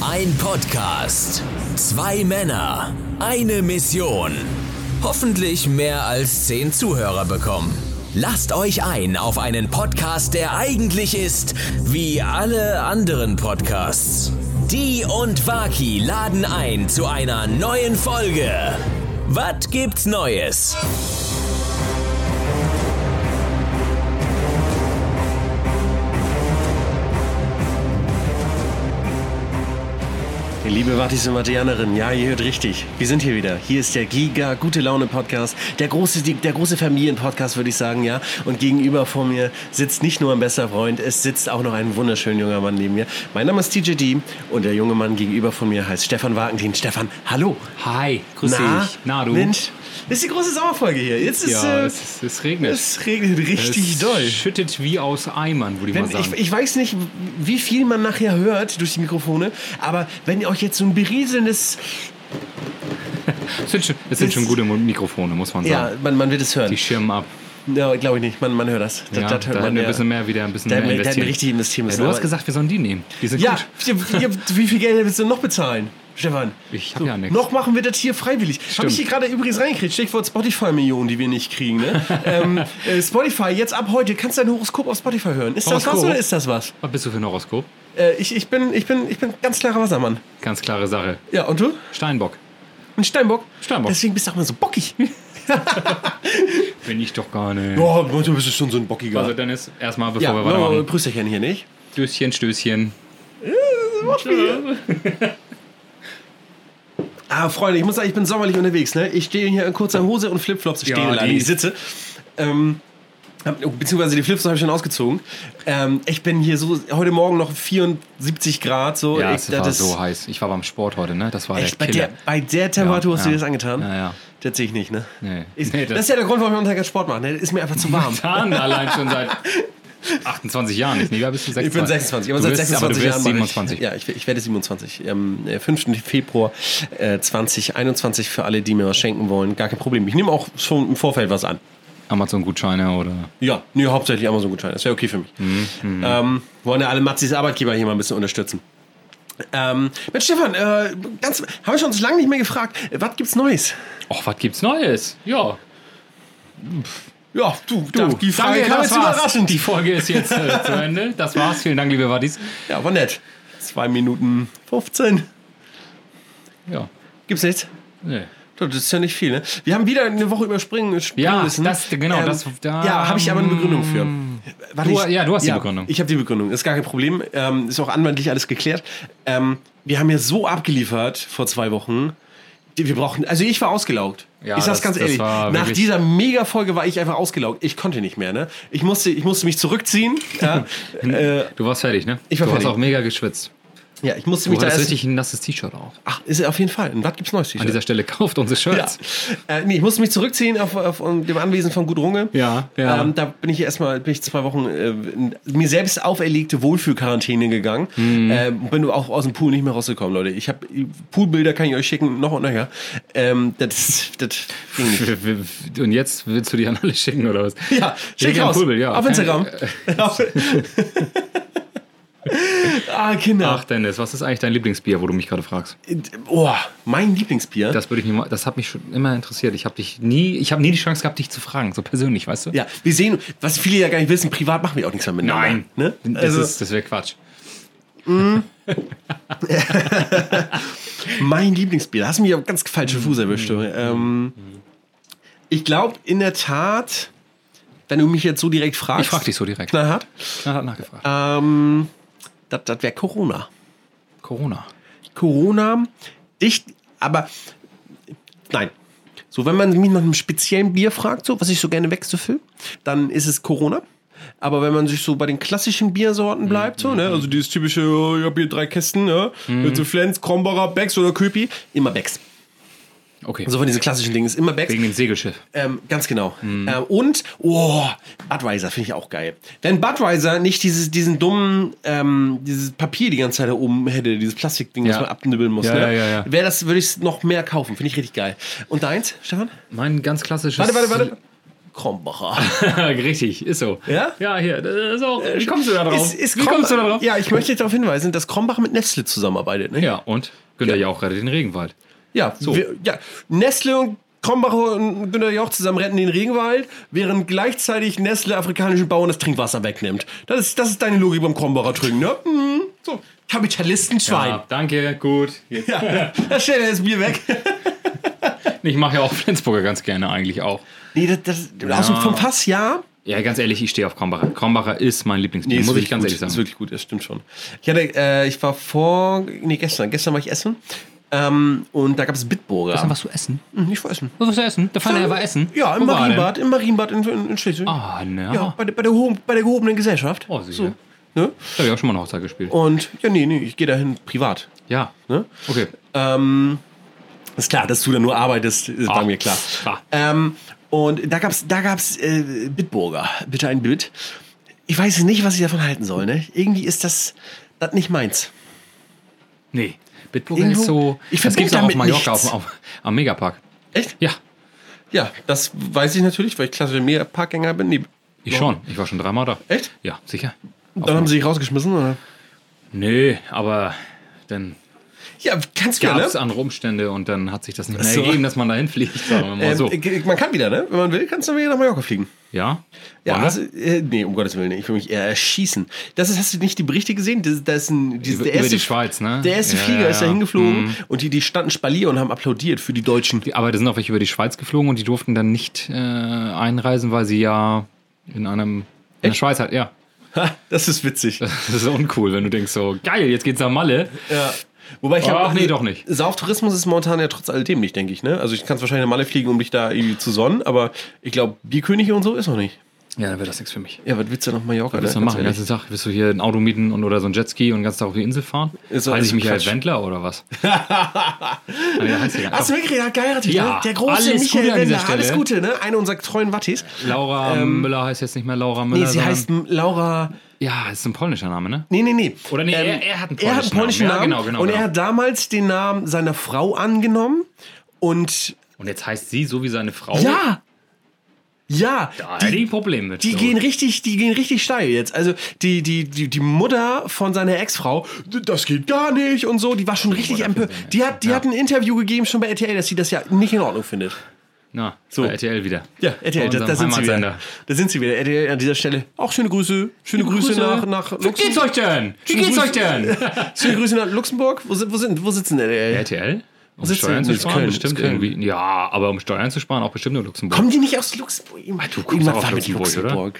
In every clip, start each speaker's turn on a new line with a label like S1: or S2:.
S1: Ein Podcast. Zwei Männer. Eine Mission. Hoffentlich mehr als zehn Zuhörer bekommen. Lasst euch ein auf einen Podcast, der eigentlich ist wie alle anderen Podcasts. Die und Waki laden ein zu einer neuen Folge. Was gibt's Neues?
S2: Liebe Wattis und Wattianerinnen, ja, ihr hört richtig. Wir sind hier wieder. Hier ist der Giga Gute Laune Podcast, der große, die, der große Familienpodcast, würde ich sagen, ja. Und gegenüber vor mir sitzt nicht nur ein bester Freund, es sitzt auch noch ein wunderschöner junger Mann neben mir. Mein Name ist TJ D und der junge Mann gegenüber von mir heißt Stefan Wagentin. Stefan, hallo.
S3: Hi, grüß dich. Na, du.
S2: Mensch, das ist die große Sommerfolge hier. Jetzt ist,
S3: ja,
S2: äh,
S3: es, ist- es regnet.
S2: es regnet richtig
S3: es
S2: doll.
S3: schüttet wie aus Eimern, würde ich
S2: Wenn,
S3: mal sagen.
S2: ich, ich weiß nicht, wie viel man nachher hört durch die Mikrofone, aber wenn ihr euch jetzt so ein berieselndes
S3: es sind, schon, es sind
S2: es-
S3: schon gute Mo- Mikrofone, muss man
S2: Ja,
S3: sagen.
S2: man, man wird es hören.
S3: Die schirmen ab.
S2: Ja, glaube ich nicht. Man, man hört das. Das,
S3: Ja,
S2: das hört
S3: da
S2: man
S3: hätten wir
S2: ja.
S3: ein bisschen mehr wieder, ein bisschen
S2: Da
S3: mehr
S2: hätten wir- da hätten wir
S3: investieren.
S2: richtig investieren
S3: ja,
S2: müssen,
S3: du hast
S2: aber-
S3: gesagt, wir sollen die nehmen. Die sind
S2: Ja,
S3: gut.
S2: ihr- ihr- wie viel Geld willst du noch bezahlen, Stefan?
S3: Ich hab ja nix.
S2: Noch machen wir das hier freiwillig. Habe
S3: Stimmt.
S2: ich hier gerade übrigens reingekriegt. Stichwort Spotify-Millionen, die wir nicht kriegen. Ne? ähm, äh, Spotify, jetzt ab heute kannst du dein Horoskop auf Spotify hören. Ist das was
S3: Horoskop?
S2: oder ist das was?
S3: Was bist du für ein Horoskop?
S2: Äh, ich, ich, bin, ich, bin, ich bin ganz klarer Wassermann.
S3: Ganz klare Sache.
S2: Ja, und du?
S3: Steinbock.
S2: Und Steinbock?
S3: Steinbock.
S2: Deswegen bist du auch immer so bockig.
S3: Bin ich doch gar nicht.
S2: Boah, du bist schon so ein bockiger.
S3: Also Dennis, erstmal bevor
S2: ja,
S3: wir
S2: no,
S3: weitermachen.
S2: Prüsterchen hier nicht.
S3: Stößchen, Stößchen.
S2: Ah, Freunde, ich muss sagen, ich bin sommerlich unterwegs. Ne? Ich stehe hier in kurzer Hose und Flipflops. Ich
S3: Ja,
S2: stehe leider,
S3: die-
S2: ich sitze. Ähm, hab- beziehungsweise die Flipflops habe ich schon ausgezogen. Ähm, ich bin hier so, heute Morgen noch 74 Grad. So.
S3: Ja,
S2: ich,
S3: es war so heiß. Ich war beim Sport heute, ne? Das war
S2: Echt,
S3: der
S2: bei
S3: Killer.
S2: der, bei der Temperatur
S3: Ja,
S2: hast du
S3: ja.
S2: dir das angetan?
S3: Ja, ja.
S2: Das sehe ich nicht, ne?
S3: Nee.
S2: Ist,
S3: Nee,
S2: das,
S3: das-
S2: ist ja der Grund, warum ich unter keinen Sport mache. Ne? Ist mir einfach zu warm.
S3: Tan allein schon seit 28 Jahren. Ich, nee, da bist du 26.
S2: Ich bin 26, aber
S3: du
S2: seit
S3: wirst-
S2: 26
S3: aber du wirst
S2: Jahren. mache
S3: 27.
S2: Ich, ja, ich, ich werde 27. Am äh, 5. Februar äh, 2021 für alle, die mir was schenken wollen. Gar kein Problem. Ich nehme auch schon im Vorfeld was an.
S3: Amazon-Gutscheine oder.
S2: Ja, nee, hauptsächlich Amazon-Gutschein. Das wäre okay für mich.
S3: Mhm,
S2: Ähm, wollen ja alle Matzis Arbeitgeber hier mal ein bisschen unterstützen. Ähm, mit Stefan, äh, ganz, haben wir schon uns lange nicht mehr gefragt. Äh, Was gibt's Neues?
S3: Och, was gibt's Neues? Ja.
S2: Ja, du, du. Die Frage
S3: Danke,
S2: kam
S3: das
S2: jetzt
S3: war's.
S2: überraschend.
S3: Die Folge ist jetzt äh, zu Ende. Das war's. Vielen Dank, liebe Wattis.
S2: ja, war nett. Zwei Minuten 15.
S3: Ja.
S2: Gibt's nichts?
S3: Nee.
S2: Das ist ja nicht viel, ne? Wir haben wieder eine Woche überspringen springen
S3: Ja,
S2: müssen. Ähm,
S3: das- genau, das- da- mm.
S2: ja, habe ich aber eine Begründung für. Warte,
S3: Du- ja, du hast die Begründung.
S2: Ich habe die Begründung. Ist gar kein Problem. Ähm, ist auch anwaltlich alles geklärt. Ähm, wir haben ja so abgeliefert vor zwei Wochen. Die- Wir brauchen, also ich war ausgelaugt.
S3: Ja,
S2: ich sag's
S3: das-
S2: ganz
S3: das
S2: ehrlich.
S3: war
S2: Nach
S3: wirklich-
S2: dieser Mega-Folge war ich einfach ausgelaugt. Ich konnte nicht mehr, ne? Ich musste, ich musste mich zurückziehen. Ja, äh,
S3: Du warst fertig, ne?
S2: Ich war
S3: du
S2: fertig.
S3: hast auch mega geschwitzt.
S2: ja ich musste mich da
S3: Du hattest
S2: erst,
S3: richtig ein nasses T-Shirt auch.
S2: Ach, ist auf jeden Fall. Und was gibt's Neues?
S3: An dieser Stelle kauft unsere
S2: Ja.
S3: Shirts.
S2: Äh, nee, ich musste mich zurückziehen auf, auf um dem Anwesen von Gudrunge.
S3: Ja, ja.
S2: Ähm, da bin ich erstmal, bin ich zwei Wochen äh, in mir selbst auferlegte Wohlfühlquarantäne gegangen.
S3: Mhm.
S2: Äh, bin auch aus dem Pool nicht mehr rausgekommen, Leute. Ich habe Poolbilder kann ich euch schicken, noch und nachher. Ähm, das, das ging nicht.
S3: Und jetzt willst du die an alle schicken, oder was?
S2: Ja, schick
S3: Legen
S2: raus.
S3: Pulbel, ja. Äh,
S2: Auf Instagram. Auf- ah, Kinder.
S3: Ach, Dennis, was ist eigentlich dein Lieblingsbier, wo du mich gerade fragst?
S2: Oh, mein Lieblingsbier.
S3: Das würde ich mir mal, das hat mich schon immer interessiert. Ich habe dich nie, ich habe nie die Chance gehabt, dich zu fragen, so persönlich, weißt du?
S2: ja, wir sehen, was viele ja gar nicht wissen, privat machen wir auch nichts mehr miteinander.
S3: Nein,
S2: Ne?
S3: das,
S2: Also-
S3: ist, das wäre Quatsch.
S2: Mein Lieblingsbier. Da hast du mich auf ganz
S3: Mhm.
S2: falsche Fuß erwischt. du. Ähm, ich glaube in der Tat, wenn du mich jetzt so direkt fragst.
S3: Ich frag dich so direkt.
S2: Knallhart.
S3: Na, hat nachgefragt.
S2: Ähm, das das wäre Corona.
S3: Corona.
S2: Corona, dicht, aber nein. So, wenn man mich nach einem speziellen Bier fragt, so, was ich so gerne wegzufüll, dann ist es Corona. Aber wenn man sich so bei den klassischen Biersorten bleibt, so,
S3: Mhm.
S2: ne, also dieses typische, ja, ich hab hier drei Kästen, ne, mit so Flens, Krombacher, Becks oder Köpi, immer Becks.
S3: Okay.
S2: So von diesen klassischen Dingen ist immer Becks.
S3: Wegen dem Segelschiff.
S2: Ähm, ganz genau.
S3: Mhm.
S2: Ähm, und, oh, Budweiser finde ich auch geil. Wenn Budweiser nicht dieses, diesen dummen, ähm, dieses Papier die ganze Zeit da oben hätte, dieses Plastikding, das
S3: Ja.
S2: man abnibbeln muss,
S3: Ja,
S2: ne?
S3: ja, ja, ja.
S2: wäre das, würde ich es noch mehr kaufen. Finde ich richtig geil. Und deins, Stefan?
S3: Mein ganz klassisches.
S2: Warte, warte, warte. Krombacher.
S3: Richtig, ist so.
S2: Ja?
S3: Ja, hier. Das ist auch, wie kommst du da drauf?
S2: Ist, ist
S3: wie kommst du da drauf?
S2: Ja, ich möchte darauf hinweisen, dass Krombach mit Nestle zusammenarbeitet. Ne?
S3: Ja, und Günther ja auch gerade den Regenwald.
S2: Ja, wir, ja, Nestle und Krombach und Günter Jauch zusammen retten den Regenwald, während gleichzeitig Nestle afrikanischen Bauern das Trinkwasser wegnimmt. Das ist, das ist deine Logik beim Krombacher Trinken, ne? Mhm. So, Kapitalistenschwein.
S3: Ah, danke, gut. Jetzt.
S2: Da stellt er das Bier weg.
S3: Ich mache ja auch Flensburger ganz gerne eigentlich auch.
S2: Nee, das, das, aus dem vom Fass, ja.
S3: Ja, ganz ehrlich, ich stehe auf Krombacher. Krombacher ist mein Lieblingsbier, muss ich ganz
S2: gut,
S3: ehrlich sagen.
S2: Ist wirklich gut, das stimmt schon. Ich, hatte, äh, ich war vor, nee, gestern, gestern war ich essen. Ähm, und da gab es Bitburger.
S3: warst du essen?
S2: Hm, Nicht vor Essen.
S3: Was warst du essen? Der Pfanne war essen?
S2: Ja, im
S3: Wo war er denn?
S2: Marienbad, im Marienbad in, in, in Schleswig.
S3: Ah, na.
S2: Ja, bei, der- bei, der, gehoben- bei der gehobenen Gesellschaft.
S3: Oh, sicher.
S2: Ne?
S3: Da habe ich auch schon mal eine Hochzeit gespielt.
S2: Und ja, nee, nee, ich gehe dahin privat.
S3: Ja.
S2: Oh. Ne?
S3: Okay.
S2: Ähm, ist klar, dass du da nur arbeitest, ist bei
S3: Ah,
S2: mir klar.
S3: klar.
S2: Ähm, und da gab's, da gab's äh, Bitburger, bitte ein Bit. Ich weiß nicht, was ich davon halten soll. Ne? Irgendwie ist das, das nicht meins.
S3: Nee. Bitburger
S2: Irgendwo-
S3: ist so.
S2: Ich
S3: das gibt es
S2: verbinde
S3: auch auf
S2: damit
S3: Mallorca
S2: nichts.
S3: auf, auf, am Megapark.
S2: Echt?
S3: Ja,
S2: Ja, das weiß ich natürlich, weil ich klassischer Meerparkgänger bin. Nee,
S3: ich schon. Ich war schon dreimal da.
S2: Echt?
S3: Ja, sicher.
S2: dann haben sie dich rausgeschmissen, oder?
S3: Nee, aber dann
S2: Ja, kannst du ja,
S3: gab
S2: ne?
S3: es andere Umstände und dann hat sich das nicht mehr
S2: so.
S3: ergeben, dass man dahin fliegt. Sagen wir mal
S2: Ähm,
S3: so.
S2: äh, Man kann wieder, ne? Wenn man will, kannst du wieder nach Mallorca fliegen.
S3: Ja?
S2: Ja,
S3: Wollen wir?
S2: also, äh, nee, um Gottes Willen, ich will mich eher erschießen. Das ist, hast du nicht die Berichte gesehen? Das, das ist ein, dieses,
S3: Über-
S2: der
S3: über
S2: erste,
S3: die Schweiz, ne?
S2: Der erste
S3: Ja,
S2: Flieger
S3: ja,
S2: ist da
S3: ja. Mhm.
S2: hingeflogen und die, die standen Spalier und haben applaudiert für die Deutschen.
S3: Die- aber da sind auch welche über die Schweiz geflogen und die durften dann nicht äh, einreisen, weil sie ja in einem. In der Schweiz halt, ja.
S2: Ha, das ist witzig.
S3: Das ist uncool, wenn du denkst so, geil, jetzt geht's nach Malle.
S2: ja. Wobei ich
S3: Ach, nee, doch nicht.
S2: Sauftourismus ist momentan ja trotz alledem nicht, denke ich. Ne? Also ich kann wahrscheinlich eine Malle fliegen, um dich da irgendwie zu sonnen, aber ich glaube, Bierkönige und so ist noch nicht.
S3: Ja, dann wäre das nichts für mich.
S2: Ja, was willst du nach Mallorca?
S3: Was
S2: ne?
S3: soll man machen? Den
S2: Ganz
S3: ganzen Tag willst du hier ein Auto mieten und oder so ein Jetski und den ganzen Tag auf die Insel fahren?
S2: Ist
S3: Ist
S2: doch-
S3: Heiß
S2: ist
S3: ich Michael
S2: Quatsch.
S3: Wendler oder was? Nein, der heißt ja
S2: Hast
S3: gar nicht.
S2: du mitgekriegt, er hat geheiratet,
S3: Ja,
S2: ne? Der große
S3: alles
S2: Michael
S3: Gute an dieser
S2: Wendler. Alles
S3: Stelle.
S2: Gute, ne? Eine unserer treuen Wattis.
S3: Laura Müller heißt jetzt nicht mehr Laura Müller.
S2: ähm, Nee, sie
S3: sondern-
S2: heißt Laura.
S3: Ja, ist ein polnischer Name, ne?
S2: Nee, nee, nee. Ähm,
S3: Oder nee, er- er hat einen
S2: er hat einen polnischen
S3: polnischen
S2: Namen.
S3: Namen. Ja, genau, genau,
S2: und er
S3: genau.
S2: hat damals den Namen seiner Frau angenommen. Und
S3: Und jetzt heißt sie so wie seine Frau.
S2: ja, ja,
S3: Da hätte
S2: die,
S3: ich ein Problem mit.
S2: die
S3: so.
S2: gehen richtig, die gehen richtig steil jetzt. Also die, die, die, die Mutter von seiner Ex-Frau, "D- das geht gar nicht und so. Die war schon richtig empört. Die hat, die hat ein Interview gegeben schon bei RTL, dass sie das ja nicht in Ordnung findet.
S3: Na, so. Bei RTL wieder.
S2: Ja, RTL,
S3: Bei
S2: da, da
S3: unserem
S2: sind sie wieder.
S3: Heimatsender.
S2: Da sind sie wieder. RTL an dieser Stelle. Auch schöne Grüße, schöne Grüße, nach nach
S3: Wie geht's euch denn? Wie geht's euch denn?
S2: Schöne Grüße nach Luxemburg. Wo, sind, wo, sind, wo sitzen äh, RTL?
S3: RTL? Um
S2: Sitzt
S3: Steuern
S2: in-
S3: zu
S2: ist
S3: sparen?
S2: Köln,
S3: bestimmt
S2: ist Köln.
S3: irgendwie. Ja, aber um Steuern zu sparen, auch bestimmt nur Luxemburg.
S2: Kommen die nicht aus Luxemburg? Irgendwann-
S3: Ah, du kommst
S2: irgendwann
S3: auch aus
S2: war mit
S3: Luxemburg, oder?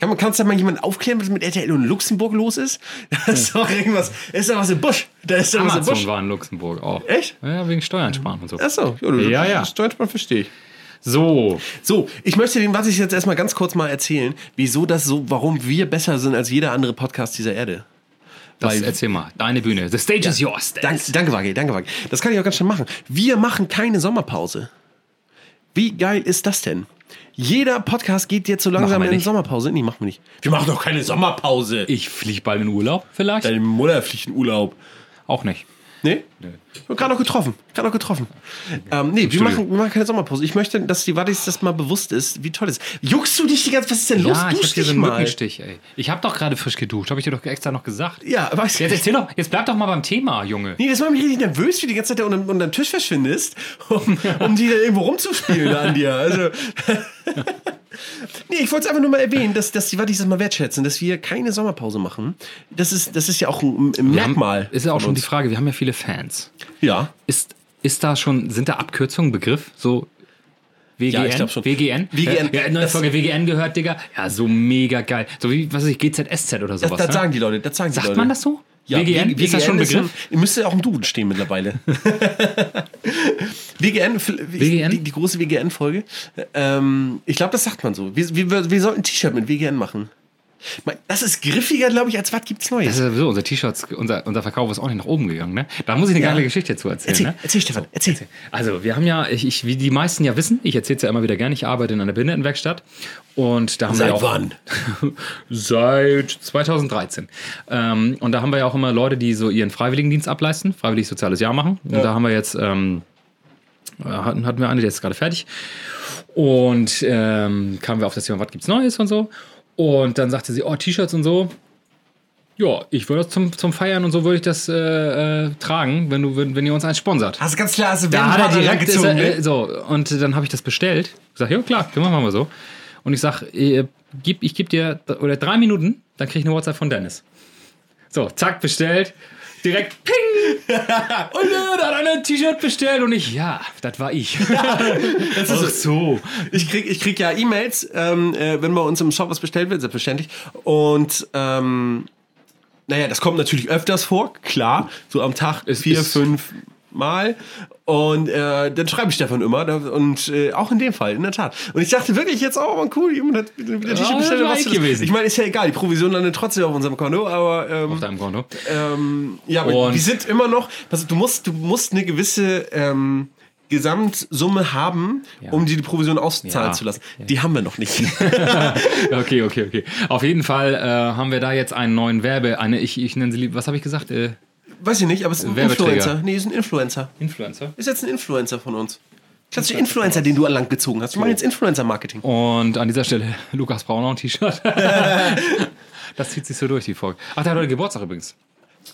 S2: Kann man, kannst du da mal jemand aufklären, was mit RTL und Luxemburg los ist? Da ist doch irgendwas. Da ist da was im Busch. Da ist da was im
S3: Amazon
S2: Busch.
S3: war in Luxemburg auch.
S2: Echt?
S3: Ja, wegen Steuern sparen und so.
S2: Achso, ja, du-
S3: Ja, ja.
S2: das Deutschmann verstehe ich.
S3: So,
S2: So, ich möchte den, was ich jetzt erstmal ganz kurz mal erzählen, wieso das so, warum wir besser sind als jeder andere Podcast dieser Erde.
S3: das
S2: Weil-
S3: erzähl mal. Deine Bühne. The stage is yours.
S2: Dank, danke, Wagi, danke, Wagi. Das kann ich auch ganz schnell machen. Wir machen keine Sommerpause. Wie geil ist das denn? Jeder Podcast geht jetzt so langsam
S3: wir
S2: in
S3: nicht.
S2: Sommerpause. Nee, machen wir nicht. Wir machen doch keine Sommerpause.
S3: Ich fliege bald in Urlaub, vielleicht?
S2: Deine Mutter fliegt in Urlaub.
S3: Auch nicht.
S2: Nee? Nee. Gerade noch getroffen. Gerade noch getroffen. Ähm, nee, wir machen, wir machen keine Sommerpause. Ich möchte, dass die Wattis das mal bewusst ist, wie toll es ist. Juckst du dich die ganze Was ist denn los?
S3: ja, ich
S2: Dusch
S3: hab hier
S2: dich
S3: so einen
S2: mal.
S3: Mückenstich, ey. Ich hab doch gerade frisch geduscht, hab ich dir doch extra noch gesagt.
S2: Ja, weißt du.
S3: Jetzt erzähl doch, jetzt bleib doch mal beim Thema, Junge.
S2: Nee, das macht mich richtig nervös, wie du die ganze Zeit da unter, unter dem Tisch verschwindest, um, um die da irgendwo rumzuspielen an dir. Also. nee, ich wollte es einfach nur mal erwähnen, dass, dass die Wattis das mal wertschätzen, dass wir keine Sommerpause machen. Das ist, das ist ja auch ein, ein
S3: Wir haben-
S2: Merkmal.
S3: Ist ja auch
S2: von
S3: schon die
S2: uns.
S3: Frage, wir haben ja viele Fans.
S2: Ja.
S3: Ist, ist da schon, sind da Abkürzungen, Begriff? So WGN?
S2: Ja, ich glaub schon.
S3: WGN?
S2: WGN.
S3: Ja, neue
S2: Das-
S3: Folge WGN gehört, Digga. Ja, so mega geil. So wie, was weiß ich, GZSZ oder
S2: Das,
S3: sowas.
S2: das
S3: ne?
S2: sagen die Leute. Das sagen die
S3: Sagt
S2: Leute.
S3: man das so?
S2: Ja,
S3: WGN?
S2: W-
S3: Ist das schon ein Begriff?
S2: Ein, müsste auch im Duden stehen mittlerweile. WGN,
S3: WGN?
S2: Die, die große WGN-Folge. Ähm, ich glaube, das sagt man so. Wir, wir, wir sollten ein T-Shirt mit WGN machen. Mein, Das ist griffiger, glaube ich, als was gibt's Neues.
S3: Das ist sowieso, unser T-Shirts, unser, unser Verkauf ist auch nicht nach oben gegangen, ne? Da muss ich eine
S2: Ja.
S3: geile Geschichte zu erzählen,
S2: erzähl,
S3: ne?
S2: erzähl, Stefan, erzähl.
S3: Also, wir haben ja, ich, ich, wie die meisten ja wissen, ich erzähle es ja immer wieder gerne, ich arbeite in einer Behindertenwerkstatt. Und da haben wir
S2: Seit
S3: auch,
S2: wann?
S3: Seit 2013. Ähm, und da haben wir ja auch immer Leute, die so ihren Freiwilligendienst ableisten, freiwillig soziales Jahr machen. Und da haben wir jetzt ähm, hatten, hatten wir eine, der ist gerade fertig. Und ähm, kamen wir auf das Thema, was gibt's Neues und so. Und dann sagte sie, oh, T-Shirts und so. Ja, ich würde das zum, zum Feiern und so würde ich das äh, äh, tragen, wenn, du, wenn, wenn ihr uns eins sponsert.
S4: Hast du ganz klar, hast du
S3: Da Ah, hat er direkt ist
S4: gezogen,
S3: er, äh,
S4: ne?
S3: so und dann habe ich das bestellt. Ich sag, ja klar, können wir machen wir so. Und ich sag, äh, gib, ich gebe dir d- oder drei Minuten, dann krieg ich eine WhatsApp von Dennis. So, zack bestellt, direkt ping. Und er hat einer ein T-Shirt bestellt und ich, ja, das war ich. das ist so.
S2: Ich krieg, ich krieg ja E-Mails, ähm, äh, wenn bei uns im Shop was bestellt wird, selbstverständlich. Und ähm, naja, das kommt natürlich öfters vor, klar. So am Tag vier,
S3: ist-
S2: fünf Mal. Und äh, dann schreibe ich Stefan immer. da- Und äh, auch in dem Fall, in der Tat. Und ich dachte wirklich jetzt, oh man, cool, jemand hat wieder ein T-Shirt
S3: Ja,
S2: bestellt.
S3: war
S2: was
S3: ich
S2: für das-
S3: gewesen.
S2: Ich meine, ist ja egal, die Provision landet trotzdem auf unserem Konto, aber ähm,
S3: Auf deinem Konto.
S2: ähm, ja, aber
S3: Und-
S2: die sind immer noch. Also du musst, du musst eine gewisse ähm, Gesamtsumme haben, um die, die Provision auszahlen
S3: Ja.
S2: zu lassen. Die haben wir noch nicht.
S3: Okay, okay, okay. Auf jeden Fall äh, haben wir da jetzt einen neuen Werbe, eine, ich, ich nenne sie lieb, was habe ich gesagt? Äh,
S2: Weiß ich nicht, aber es ist ein
S3: Werbeträger.
S2: Influencer. Nee, ist ein Influencer.
S3: Influencer.
S2: Ist jetzt ein Influencer von uns. Klassischer Influencer, den du an Land gezogen hast. Wir machen jetzt Influencer-Marketing.
S3: Und an dieser Stelle, Lukas braucht noch ein T-Shirt. das zieht sich so durch, die Folge. Ach, der hat heute Geburtstag übrigens.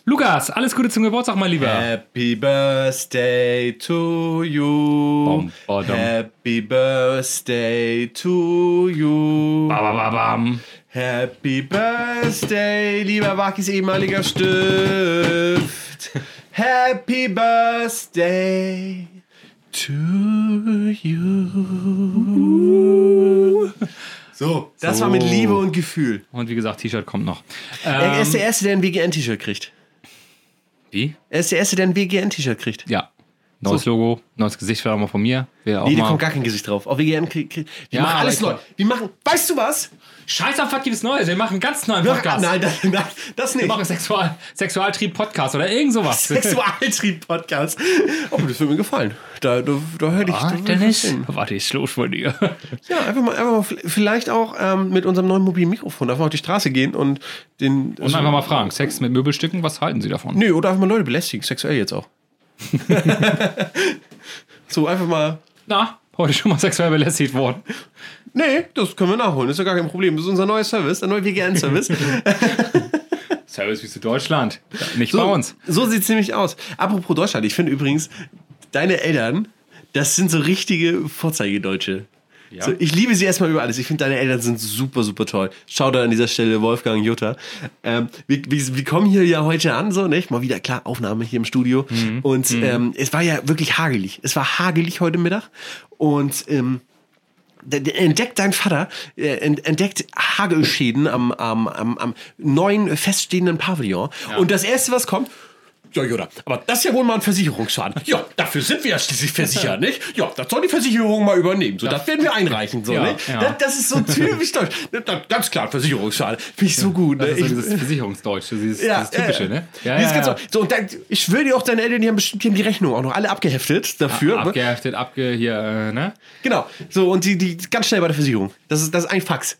S3: Lukas, alles Gute zum Geburtstag, mein Lieber.
S2: Happy Birthday to you.
S3: Bom, badam.
S2: Happy Birthday to you.
S3: Ba, ba, ba, bam.
S2: Happy Birthday, lieber Wakis ehemaliger Stift. Happy Birthday to you.
S4: So.
S2: Das war mit Liebe und Gefühl.
S3: Und wie gesagt, T-Shirt kommt noch.
S2: Er ist
S3: Ähm,
S2: der Erste, der ein WGN-T-Shirt kriegt.
S3: wie?
S2: Er ist der Erste, der ein WGN-T-Shirt kriegt.
S3: Ja. Neues Logo, neues Gesicht vielleicht auch mal von mir. Wer auch
S2: Nee, da
S3: mal.
S2: kommt gar kein Gesicht drauf. Auf WGN kriegt. Krieg, die
S3: Ja,
S2: machen
S3: aber
S2: alles
S3: ich-
S2: neu. Die machen. Weißt du was?
S3: Scheiß auf, was gibt's Neues? Wir machen einen ganz neuen Podcast.
S2: Nein, das, nein, das
S3: Wir
S2: nicht.
S3: machen Sexual Sexualtrieb-Podcast oder irgend sowas.
S2: Sexualtrieb-Podcast. Oh, das würde mir gefallen. Da, da, da hätte ich. da
S3: Ah,
S2: würde ich
S3: Dennis,
S2: verstehen.
S3: was ist los von dir?
S2: Ja, einfach mal, einfach mal v- vielleicht auch ähm, mit unserem neuen mobilen Mikrofon einfach mal auf die Straße gehen und den. also,
S3: Und einfach mal fragen, Sex mit Möbelstücken, was halten Sie davon?
S2: Nö, oder einfach mal Leute belästigen, sexuell jetzt auch. so, einfach mal.
S3: Na, heute schon mal sexuell belästigt worden.
S2: Nee, das können wir nachholen, ist ja gar kein Problem. Das ist unser neuer Service, der neue WGN-Service.
S3: Service wie zu Deutschland. Nicht bei uns.
S2: So sieht es nämlich aus. Apropos Deutschland, ich finde übrigens, deine Eltern, das sind so richtige Vorzeigedeutsche. So, ich liebe sie erstmal über alles. Ich finde, deine Eltern sind super, super toll. Shoutout an dieser Stelle, Wolfgang Jutta. Ähm, wir, wir, wir kommen hier ja heute an, so, nicht? Mal wieder, klar, Aufnahme hier im Studio.
S3: Mhm.
S2: Und Ähm, es war ja wirklich hagelig. Es war hagelig heute Mittag. Und ähm, D- d- entdeckt dein Vater, äh, ent- entdeckt Hagelschäden am, am, am, am neuen feststehenden Pavillon. Und das Erste, was kommt, ja, Joda, aber das ist ja wohl mal ein Versicherungsschaden. Ja, dafür sind wir ja schließlich versichert, nicht? Ja, das soll die Versicherung mal übernehmen. So, das werden wir einreichen. So,
S3: Ja,
S2: nicht?
S3: ja.
S2: Das, das ist so typisch deutsch. Das- das- Ganz klar, Versicherungsschaden. Finde ich so gut.
S3: Das
S2: Ne?
S3: ist
S2: Ich-
S3: so Also dieses Versicherungsdeutsch, dieses, dieses Typische, ne?
S2: Ja, ja, ja. So, und dann, ich schwöre dir auch, deine Eltern, die haben bestimmt die, haben die Rechnung auch noch alle abgeheftet dafür. ne?
S3: Abgeheftet, abge... Hier, äh, ne?
S2: Genau. So, und die, die ganz schnell bei der Versicherung. Das ist, das ist ein Fax.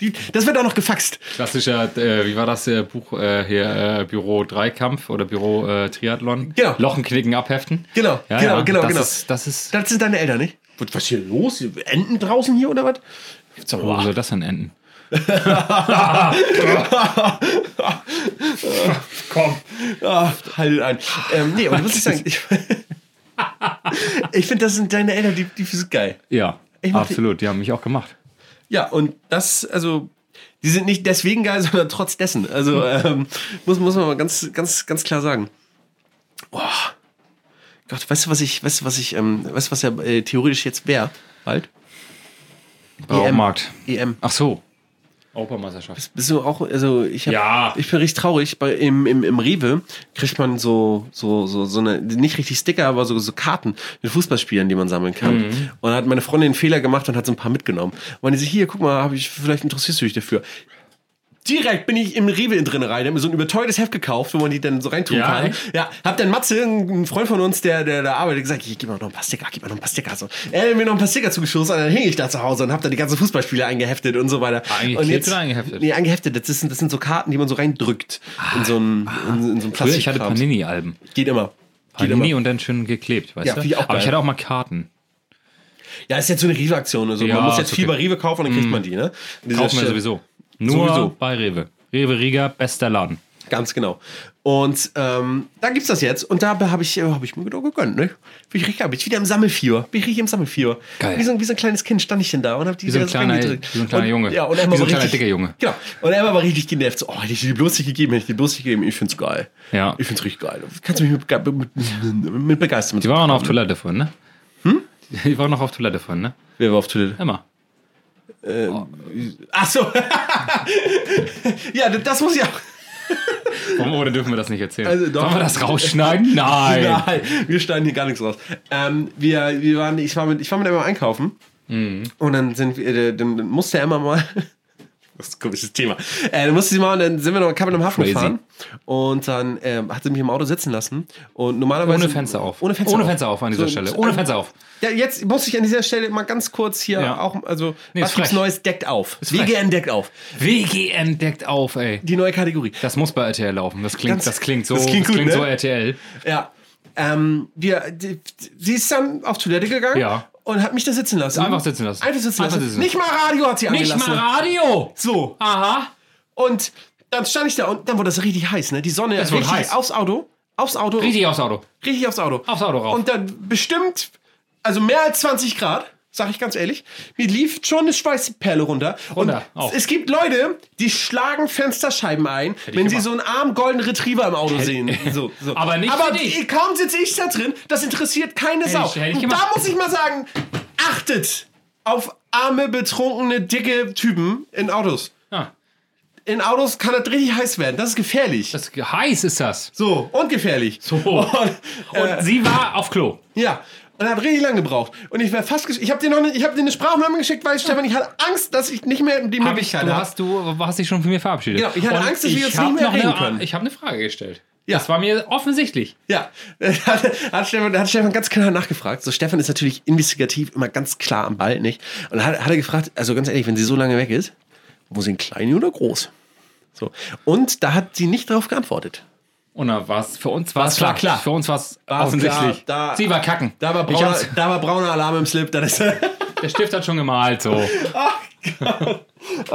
S2: Die, das wird auch noch gefaxt.
S3: Klassischer, äh, wie war das äh, Buch äh, hier? Äh, Büro Dreikampf oder Büro äh, Triathlon.
S2: Genau.
S3: Lochen knicken, abheften.
S2: Genau,
S3: ja,
S2: genau,
S3: ja.
S2: genau,
S3: das
S2: genau.
S3: Ist, das ist...
S2: Das sind deine Eltern, nicht? Was was hier los? Enten draußen hier oder was? Sag mal,
S3: Wo soll das denn enden?
S2: Komm. Ah, halt ein. Ähm, nee, aber muss ich sagen, ich, ich finde, das sind deine Eltern, die, die sind geil.
S3: Ja,
S2: Ich mach die-
S3: absolut. Die haben mich auch gemacht.
S2: Ja, und das, also, die sind nicht deswegen geil, sondern trotz dessen. Also, ähm, muss, muss man mal ganz, ganz, ganz klar sagen. Boah. Gott, weißt du, was ich, weißt du, was ich, ähm, weißt du, was ja äh, theoretisch jetzt wäre? Bald?
S3: Baumarkt.
S2: EM.
S3: Ach so. Europameisterschaft.
S2: Bist du auch, also ich hab,
S3: Ja.
S2: ich bin richtig traurig. Bei, im, im, Im Rewe kriegt man so, so, so, so eine, nicht richtig Sticker, aber so, so Karten mit Fußballspielern, die man sammeln kann.
S3: Mhm.
S2: Und da hat meine Freundin einen Fehler gemacht und hat so ein paar mitgenommen. Und meine sie, hier, guck mal, hab ich, vielleicht interessierst du dich dafür. Direkt bin ich im Rewe in drin rein, hab mir so ein überteuertes Heft gekauft, wo man die dann so reintun
S3: Ja,
S2: kann.
S3: ey.
S2: Ja, hab dann Matze, ein Freund von uns, der, der da arbeitet, gesagt, hier, gib mir noch ein paar Sticker, gib mir noch ein paar Sticker. So. Er hat mir noch ein paar Sticker zugeschossen und dann hing ich da zu Hause und hab da die ganzen Fußballspiele eingeheftet und so weiter.
S3: Eingeklebt
S2: und jetzt,
S3: oder eingeheftet?
S2: Nee, eingeheftet. Das, ist, das sind so Karten, die man so reindrückt in so einem, in, in so einem
S3: Ah, Früher, ich hatte
S2: Plastikkrams.
S3: Panini-Alben.
S2: Geht immer.
S3: Panini und dann schön geklebt, weißt
S2: Ja,
S3: du?
S2: finde ich auch
S3: aber ich
S2: geil.
S3: hatte auch mal Karten.
S2: Ja, ist jetzt so eine Rewe-Aktion. Also
S3: Ja,
S2: man muss jetzt
S3: ist
S2: viel
S3: okay. Mhm.
S2: bei Rewe kaufen, dann kriegt man die. Ne? An dieser
S3: Kaufen wir
S2: Stelle-
S3: sowieso. Nur
S2: Sowieso.
S3: bei Rewe. Rewe Riga, bester Laden.
S2: Ganz genau. Und ähm, da gibt's das jetzt. Und da habe ich, äh, hab ich mir gedacht, gegönnt. Ne? Bin ich richtig, hab ich wieder im Sammelfieber. Bin ich richtig im Sammelfieber.
S3: Geil.
S2: Wie so, wie so ein kleines Kind stand ich denn da und habe die
S3: Wie so ein
S2: wieder
S3: kleiner-
S2: reingedrückt.
S3: wie so ein kleiner
S2: und,
S3: Junge.
S2: Ja, und
S3: Wie
S2: einmal
S3: so ein
S2: richtig,
S3: kleiner, dicker Junge.
S2: Genau. Und einmal war richtig genervt. So, oh, hätte ich dir die bloß nicht gegeben, hätte ich dir bloß nicht gegeben. Ich find's geil.
S3: Ja.
S2: Ich find's richtig geil. Kannst du mich mit, bege- mit, mit, mit begeistern.
S3: Die war auch noch auf Toilette vorhin, ne? Hm? Die war auch noch auf Toilette vorhin, ne?
S2: Wer war auf Toilette?
S3: Emma.
S2: Ach so. ja, das muss ich auch.
S3: Warum oder dürfen wir das nicht erzählen?
S2: Also doch.
S3: Sollen wir das rausschneiden? Nein.
S2: Nein, wir schneiden hier gar nichts raus. Ähm, wir, wir waren, ich, war mit, ich war mit Emma einkaufen
S3: Mhm.
S2: und dann, sind wir, äh, dann dann musste Emma mal. Das ist ein komisches Thema. Äh, dann musste sie mal, und dann sind wir noch Kappeln am Hafen
S3: Crazy.
S2: gefahren und dann ähm, hat sie mich im Auto sitzen lassen und normalerweise.
S3: Ohne Fenster auf.
S2: Ohne Fenster,
S3: Ohne
S2: auf.
S3: Fenster auf an dieser
S2: So,
S3: Stelle.
S2: so,
S3: Ohne
S2: äh,
S3: Fenster auf.
S2: Ja, jetzt muss ich an dieser Stelle mal ganz kurz hier
S3: Ja.
S2: auch, also
S3: Nee,
S2: was
S3: ist
S2: gibt's
S3: frech.
S2: Neues deckt auf.
S3: Ist frech.
S2: WGN deckt auf.
S3: WGN deckt auf, ey.
S2: Die neue Kategorie.
S3: Das muss bei RTL laufen. Das klingt,
S2: Ganz-
S3: das klingt so,
S2: das
S3: das
S2: klingt
S3: klingt,
S2: gut, ne?
S3: so RTL.
S2: Ja. Ähm, wir, die, sie ist dann auf Toilette gegangen
S3: Ja.
S2: und hat mich da sitzen lassen.
S3: Einfach sitzen lassen.
S2: Einfach sitzen lassen.
S3: Einfach sitzen
S2: Nicht mal Radio hat sie
S3: Nicht
S2: angelassen.
S3: mal Radio.
S2: so.
S3: Aha.
S2: Und dann stand ich da und dann wurde das richtig heiß, ne? Die Sonne
S3: Das wurde
S2: richtig
S3: heiß.
S2: aufs Auto. Aufs Auto.
S3: Richtig aufs Auto.
S2: richtig aufs Auto.
S3: Aufs Auto rauf.
S2: Und dann bestimmt, also mehr als 20 Grad, sag ich ganz ehrlich, mir lief schon eine Schweißperle runter.
S3: Runter,
S2: und
S3: auch.
S2: es gibt Leute, die schlagen Fensterscheiben ein, wenn sie
S3: gemacht.
S2: so einen armen goldenen Retriever im Auto sehen. So, so.
S3: Aber nicht
S2: Aber
S3: für dich.
S2: kaum sitze ich da drin, das interessiert keine Sau.
S3: ich- hätte ich
S2: und da
S3: gemacht.
S2: muss ich mal sagen, achtet auf arme, betrunkene, dicke Typen in Autos.
S3: Ja.
S2: In Autos kann das richtig heiß werden. Das ist gefährlich.
S3: Das, heiß ist das.
S2: so, und gefährlich. So. Und,
S3: Und sie war auf Klo.
S2: ja, und hat richtig lange gebraucht. Und ich wäre fast gesch- Ich habe dir noch eine, ich hab dir eine Sprachnahme geschickt, weil Stefan, ich hatte Angst, dass ich nicht mehr die
S3: Hab ich,
S2: Möglichkeit
S3: du,
S2: habe.
S3: hast, du hast dich schon von mir verabschiedet.
S2: Genau, ich hatte
S3: Und
S2: Angst, dass wir
S3: ich
S2: jetzt
S3: hab
S2: nicht mehr
S3: noch
S2: reden
S3: eine,
S2: können.
S3: Ich habe eine Frage gestellt.
S2: Ja.
S3: Das war mir offensichtlich.
S2: Ja, hat, hat, Stefan, hat Stefan ganz klar nachgefragt. So, Stefan ist natürlich investigativ immer ganz klar am Ball, nicht? Und hat, hat er gefragt, also ganz ehrlich, wenn sie so lange weg ist, muss sie ein klein oder groß? So. Und da hat sie nicht darauf geantwortet.
S3: Und da war es für uns war es
S2: klar,
S3: klar,
S2: klar.
S3: Für uns war es
S2: War's
S3: offensichtlich.
S2: klar, da-
S3: sie war kacken.
S2: Da war
S3: Ich
S2: brauner,
S3: hab's-
S2: da war brauner Alarm im Slip. Dann ist
S3: der Stift hat schon gemalt. So.
S2: oh,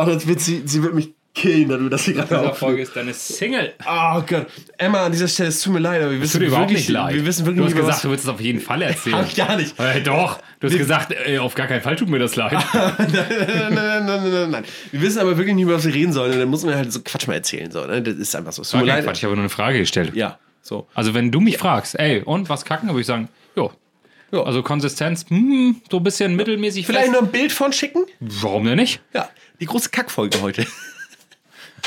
S2: das wird sie, sie wird mich killen, wenn du das hier gerade
S3: Diese Folge ist deine Single.
S2: Oh Gott. Emma, an dieser Stelle, es tut mir leid, aber wir
S3: Tut
S2: wissen
S3: dir überhaupt
S2: wirklich,
S3: nicht leid.
S2: wir wissen wirklich
S3: du hast
S2: nicht,
S3: gesagt,
S2: was
S3: du willst es auf jeden Fall erzählen.
S2: Hab ich gar nicht.
S3: Äh, doch, du hast gesagt, ey, auf gar keinen Fall tut mir das leid.
S2: nein, nein, nein, nein, nein, nein. Wir wissen aber wirklich nicht, über was wir reden sollen. Und dann muss man halt so Quatsch mal erzählen. So, ne? Das ist einfach so. Es tut mir
S3: Okay,
S2: leid.
S3: Quatsch, ich habe nur eine Frage gestellt.
S2: Ja, so.
S3: Also wenn du mich fragst, ey, und was kacken, dann würde ich sagen, jo.
S2: Ja.
S3: Also Konsistenz, hm, so ein bisschen mittelmäßig.
S2: Vielleicht noch ein Bild von schicken?
S3: Warum denn nicht?
S2: Ja, die große Kackfolge heute.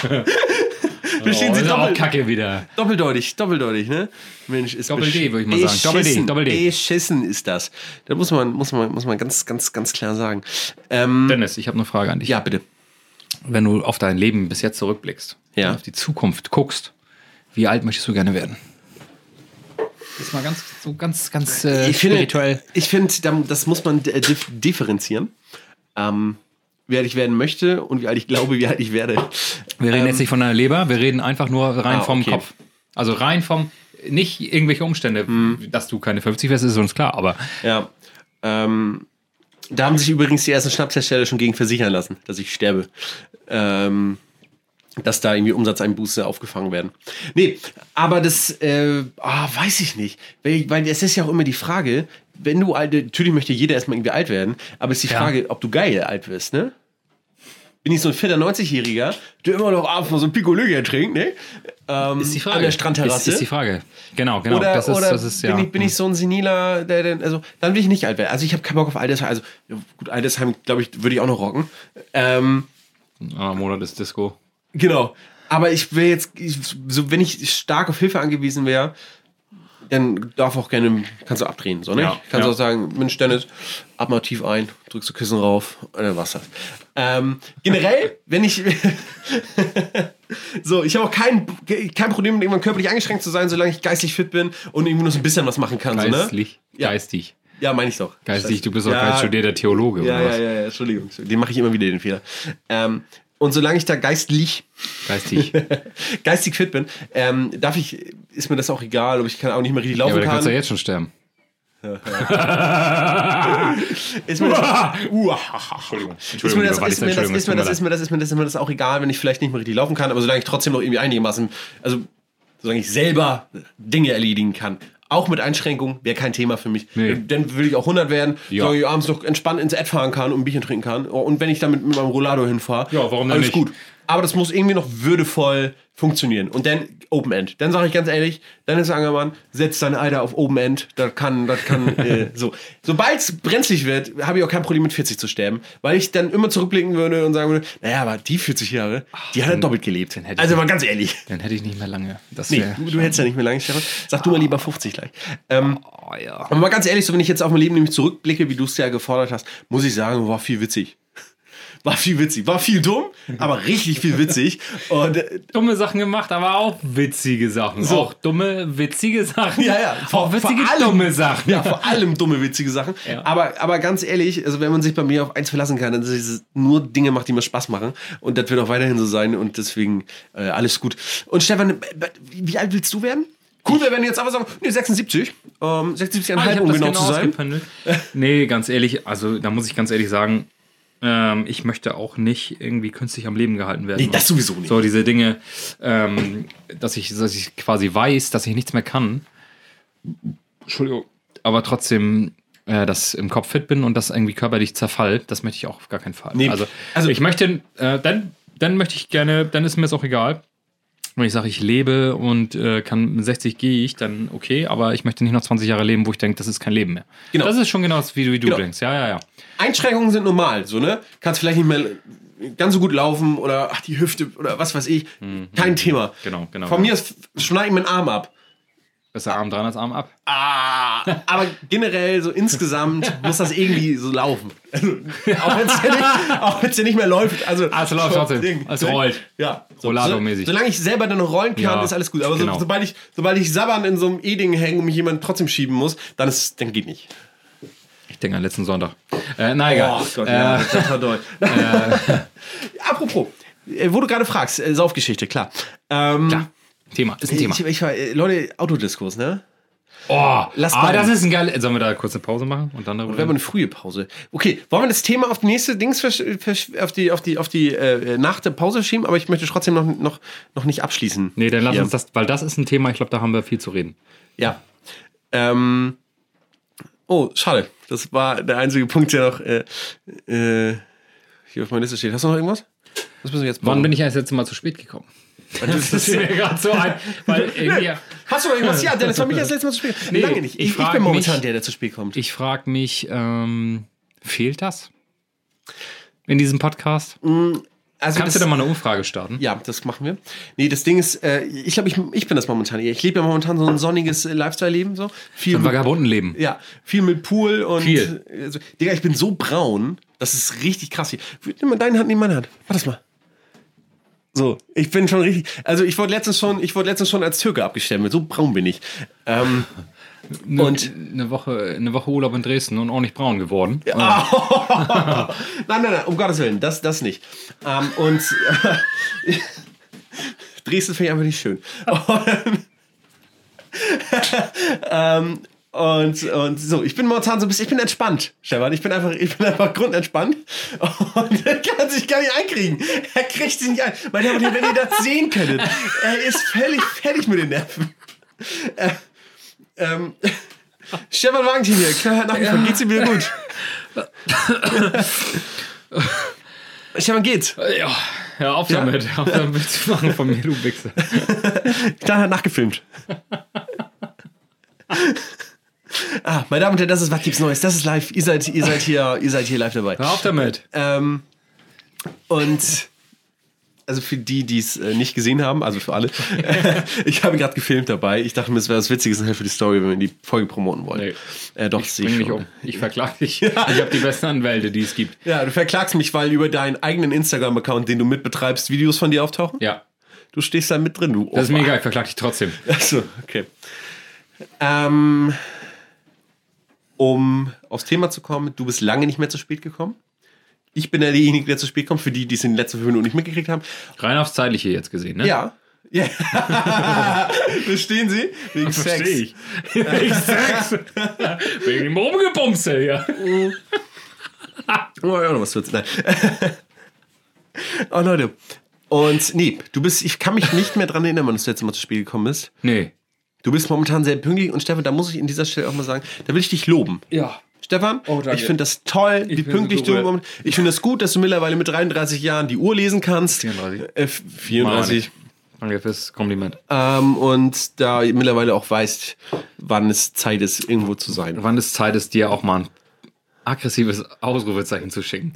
S3: Wir
S2: stehen sie
S3: Oh, ist
S2: doppelt-
S3: auch Kacke wieder.
S2: Doppeldeutig, doppeldeutig, ne? Mensch, ist
S3: Doppel D,
S2: besch-
S3: würde ich mal sagen. Doppel D,
S2: Beschissen.
S3: Doppel D.
S2: Beschissen ist das. Da muss man, muss man, muss man ganz, ganz, ganz klar sagen. Ähm,
S3: Dennis, ich habe eine Frage an dich.
S2: ja, bitte.
S3: Wenn du auf dein Leben bis jetzt zurückblickst,
S2: Ja.
S3: und auf die Zukunft guckst, wie alt möchtest du gerne werden? Ist mal ganz, so ganz, ganz äh,
S2: ich finde,
S3: spirituell.
S2: ich find, da- das muss man äh, dif differenzieren. Ähm, wie alt ich werden möchte und wie alt ich glaube, wie alt ich werde.
S3: Wir reden jetzt
S2: ähm,
S3: nicht von deiner Leber, wir reden einfach nur rein
S2: Ah,
S3: vom
S2: okay.
S3: Kopf. Also rein vom, nicht irgendwelche Umstände, dass du keine 50 wirst, ist uns klar, aber
S2: Ja. Ähm, da haben sich übrigens die ersten Schnapshersteller schon gegen versichern lassen, dass ich sterbe. Ähm, dass da irgendwie Umsatzeinbuße aufgefangen werden. Nee, aber das äh, ah, weiß ich nicht. Weil, weil es ist ja auch immer die Frage, wenn du alt, natürlich möchte jeder erstmal irgendwie alt werden, aber es ist die Frage, ob du geil alt wirst, ne? Bin ich so ein fitter 90-Jähriger, der immer noch abends mal so ein Pikolöger trinkt, ne? Ähm,
S3: ist die Frage.
S2: An der Strandterrasse.
S3: Äh, Ist, ist die Frage. Genau, genau.
S2: Oder,
S3: das ist,
S2: oder
S3: das ist, ja. hm.
S2: bin, ich, bin ich so ein Seniler, der denn, also dann will ich nicht alt werden. Also ich habe keinen Bock auf Altersheim. Also ja, gut, Altersheim, glaube ich, würde ich auch noch rocken. Ähm,
S3: Ah, Monat ist Disco.
S2: genau. Aber ich will jetzt, ich, so, wenn ich stark auf Hilfe angewiesen wäre, dann darf auch gerne, kannst du abdrehen, so, ne?
S3: Ja,
S2: kannst
S3: ja.
S2: auch sagen, Mensch, Dennis, ab mal tief ein, drückst du Kissen rauf, und dann war's das. Ähm, generell, wenn ich, so, ich habe auch kein, kein Problem, irgendwann körperlich eingeschränkt zu sein, solange ich geistig fit bin und irgendwie nur so ein bisschen was machen kann, so, ne?
S3: Geistlich.
S2: Ja.
S3: Geistig.
S2: Ja, meine ich doch.
S3: Geistig, du bist auch
S2: Ja.
S3: kein studierter Theologe,
S2: Ja,
S3: oder
S2: ja,
S3: was?
S2: ja, ja, Entschuldigung. Den mache ich immer wieder, den Fehler. Ähm, und solange ich da geistlich,
S3: Geistig.
S2: geistig fit bin, ähm, darf ich ist mir das auch egal, ob ich kann auch nicht mehr richtig laufen
S3: aber da
S2: kann.
S3: kannst du ja jetzt schon sterben.
S2: Ist mir das, Uh, Uah. ist mir
S3: Entschuldigung,
S2: das,
S3: lieber Wallis,
S2: ist mir das,
S3: Entschuldigung,
S2: ist mir das,
S3: es
S2: ist mir das, ist mir das, ist mir das auch egal, wenn ich vielleicht nicht mehr richtig laufen kann, aber solange ich trotzdem noch irgendwie einigermaßen, also solange ich selber Dinge erledigen kann. Auch mit Einschränkungen wäre kein Thema für mich.
S3: Nee.
S2: Dann will ich auch 100 werden,
S3: Ja.
S2: solange ich abends noch entspannt ins Ed fahren kann und ein Bierchen trinken kann. Und wenn ich dann mit, mit meinem Rollado hinfahre,
S3: Ja, warum denn
S2: alles
S3: nicht?
S2: gut. Aber das muss irgendwie noch würdevoll funktionieren. Und dann Open End. Dann sage ich ganz ehrlich, Dennis Angermann, setz deine Eider auf Open End. Das kann, das kann, äh, so. Sobald es brenzlig wird, habe ich auch kein Problem mit 40 zu sterben. Weil ich dann immer zurückblicken würde und sagen würde, naja, aber die 40 Jahre, die hat er doppelt gelebt.
S3: hätte ich-
S2: Also mal ganz ehrlich.
S3: Dann hätte ich nicht mehr lange. Das
S2: Nee,
S3: wär-
S2: du, du hättest ja nicht mehr lange, Stefan. Sag du mal lieber 50 gleich. Ähm,
S3: Oh, ja.
S2: aber mal ganz ehrlich, so wenn ich jetzt auf mein Leben nämlich zurückblicke, wie du es ja gefordert hast, muss ich sagen, war viel witzig. War viel witzig. War viel dumm, aber richtig viel witzig. Und äh,
S3: Dumme Sachen gemacht, aber auch witzige Sachen.
S2: So.
S3: Auch dumme, witzige Sachen.
S2: Ja, ja.
S3: Auch witzige,
S2: Vor allem-
S3: dumme Sachen.
S2: ja, vor allem dumme, witzige Sachen.
S3: Ja.
S2: Aber, aber ganz ehrlich, also wenn man sich bei mir auf eins verlassen kann, dann ist es nur Dinge macht, die mir Spaß machen. Und das wird auch weiterhin so sein. Und deswegen äh, alles gut. Und Stefan, äh, wie alt willst du werden? Cool, wir werden jetzt aber sagen, nee, 76. Ähm, 76,5,
S3: Ah, ich hab
S2: um
S3: das
S2: genau zu sein.
S3: ausgependelt. Nee, ganz ehrlich, also da muss ich ganz ehrlich sagen, ähm, ich möchte auch nicht irgendwie künstlich am Leben gehalten werden.
S2: Nee, das sowieso nicht.
S3: So diese Dinge, ähm, dass, ich, dass ich quasi weiß, dass ich nichts mehr kann. Entschuldigung. Aber trotzdem, äh, dass im Kopf fit bin und das irgendwie körperlich zerfall, das möchte ich auch auf gar keinen Fall.
S2: Nee,
S3: also,
S2: also-
S3: also ich möchte, äh, dann, dann möchte ich gerne, dann ist mir es auch egal. Wenn ich sage, ich lebe und äh, kann mit 60 gehe ich, dann okay, aber ich möchte nicht noch 20 Jahre leben, wo ich denke, das ist kein Leben mehr.
S2: Genau.
S3: Das ist schon genau das, wie du, wie du
S2: Genau.
S3: denkst. Ja, ja, ja.
S2: Einschränkungen sind normal, so, ne? Kannst vielleicht nicht mehr ganz so gut laufen oder ach, die Hüfte oder was weiß ich. Kein Thema.
S3: Mhm. Genau, genau.
S2: Von mir aus schneide ich meinen Arm ab.
S3: Besser Arm dran als Arm ab.
S2: Ah, aber generell, so insgesamt, muss das irgendwie so laufen. Also, auch wenn es ja, nicht- auch wenn's ja nicht mehr läuft. Also,
S3: Ah, es läuft trotzdem. Es rollt.
S2: Ja.
S3: Rollado-mäßig.
S2: So, solange ich selber dann noch rollen kann,
S3: Ja,
S2: ist alles gut. Aber
S3: genau.
S2: so, sobald, ich, sobald ich sabbern in so einem E-Ding hänge und mich jemand trotzdem schieben muss, dann, ist, dann geht nicht.
S3: Ich denke an letzten Sonntag. Äh, na egal.
S2: Oh Gott, ja, das war doll. Apropos, äh, wo du gerade fragst, äh, Saufgeschichte, klar. Ähm,
S3: Ja, Thema, ist ein Thema.
S2: Ich, ich war, äh, Leute, Autodiskurs, ne?
S3: Oh,
S2: Lass
S3: ah,
S2: mal.
S3: das ist ein geil. Sollen wir da kurz eine Pause machen und dann darüber
S2: Wir haben
S3: reden?
S2: eine frühe Pause. Okay, wollen wir das Thema auf die nächste Dings versch- versch- auf die auf die auf die äh, nach der Pause schieben? Aber ich möchte trotzdem noch noch noch nicht abschließen.
S3: Nee, dann lass
S2: Ja.
S3: uns das, weil das ist ein Thema, ich glaube, da haben wir viel zu reden.
S2: Ja. Ähm, oh, schade. Das war der einzige Punkt, der noch äh, äh, hier auf meiner Liste steht. Hast du noch irgendwas? Das müssen wir jetzt.
S3: Wann bin ich erst letzte Mal zu spät gekommen? Das ist mir gerade so ein, weil irgendwie,
S2: Hast du noch irgendwas? Ja, Dennis, war mich das letzte Mal zu spät.
S3: Nee,
S2: Lange nicht.
S3: ich
S2: Ich, ich,
S3: frag
S2: bin momentan
S3: mich-
S2: der, der zu spät kommt.
S3: ich frage mich, ähm, fehlt das in diesem Podcast?
S2: Also
S3: Kannst du
S2: das-
S3: da mal eine Umfrage starten?
S2: Ja, das machen wir. Nee, das Ding ist, äh, ich glaube, ich, ich bin das momentan eher. Ich lebe ja momentan so ein sonniges äh, Lifestyle-Leben. So. Viel
S3: Im
S2: mit,
S3: Vagabundenleben.
S2: ja, viel mit Pool und.
S3: Viel.
S2: äh, so. Digga, ich bin so braun. Das ist richtig krass hier. Nimm mal deine Hand, nimm meine Hand. Mach das mal. So, ich bin schon richtig. Also ich wurde letztens schon, ich wurde letztens schon als Türke abgestempelt. So braun bin ich. Ähm,
S3: Ne-
S2: und-
S3: eine Woche, eine Woche Urlaub in Dresden und auch nicht braun geworden.
S2: Nein, nein, nein, um Gottes Willen, das, das nicht. Ähm, und äh, Dresden finde ich einfach nicht schön. Und, ähm, und, und so, ich bin momentan so ein bisschen, ich bin entspannt, Stefan. Ich bin einfach, ich bin einfach grundentspannt. Und er kann sich gar nicht einkriegen. Er kriegt sich nicht ein. Meine Damen und Herren, wenn ihr das sehen könntet, er ist völlig fertig mit den Nerven. Äh, ähm, Stefan Wagentin hier, klar, nach wie vor geht's ihm wieder gut. Stefan, geht's?
S3: Ja, hör auf damit. Hör auf damit zu machen von mir, du Wichser.
S2: Klar, hat nachgefilmt. ah, meine Damen und Herren, das ist was gibt's Neues. Das ist live. Ihr seid, ihr seid hier, ihr seid hier live dabei.
S3: Hör auf damit.
S2: Ähm, und also für die, die es äh, nicht gesehen haben, also für alle, ich habe gerade gefilmt daby. Ich dachte mir, es wäre was Witziges nachher für die Story, wenn wir die Folge promoten wollen.
S3: Nee.
S2: Äh, doch,
S3: Ich
S2: sehe
S3: bring
S2: ich
S3: mich
S2: schon.
S3: um. Ich verklag dich. Also Ich habe die besten Anwälte, die es gibt.
S2: Ja, du verklagst mich, weil über deinen eigenen Instagram-Account, den du mitbetreibst, Videos von dir auftauchen.
S3: Ja,
S2: Du stehst da mit drin, du.
S3: das ist mega. Ich verklag dich trotzdem.
S2: Achso, okay. Ähm, um aufs Thema zu kommen, du bist lange nicht mehr zu spät gekommen. Ich bin ja derjenige, der zu spät kommt, für die, die es in den letzten fünf Minuten nicht mitgekriegt haben.
S3: Rein aufs Zeitliche jetzt gesehen, ne?
S2: Ja, Verstehen Sie? Wegen
S3: Verstehe
S2: Sex.
S3: ich. Wegen Sex. Wegen dem Rumgebumse, ja.
S2: Oh, ja, noch was wird's? Nein. oh, Leute. Und nee, du bist, ich kann mich nicht mehr dran erinnern, wann du das letzte Mal zu Spiel gekommen bist.
S3: Nee.
S2: Du bist momentan sehr pünktlich und Stefan, da muss ich in dieser Stelle auch mal sagen, da will ich dich loben.
S3: Ja.
S2: Stefan,
S3: Oh, danke.
S2: ich finde das toll, wie
S3: bin
S2: pünktlich du
S3: berührt.
S2: moment- Ich finde das gut, dass du mittlerweile mit 33 Jahren die Uhr lesen kannst.
S3: 34.
S2: Äh, 34.
S3: Danke fürs Kompliment.
S2: Ähm, und da mittlerweile auch weißt, wann es Zeit ist, irgendwo zu sein.
S3: Wann ist Zeit, es dir auch mal ein aggressives Ausrufezeichen zu schicken?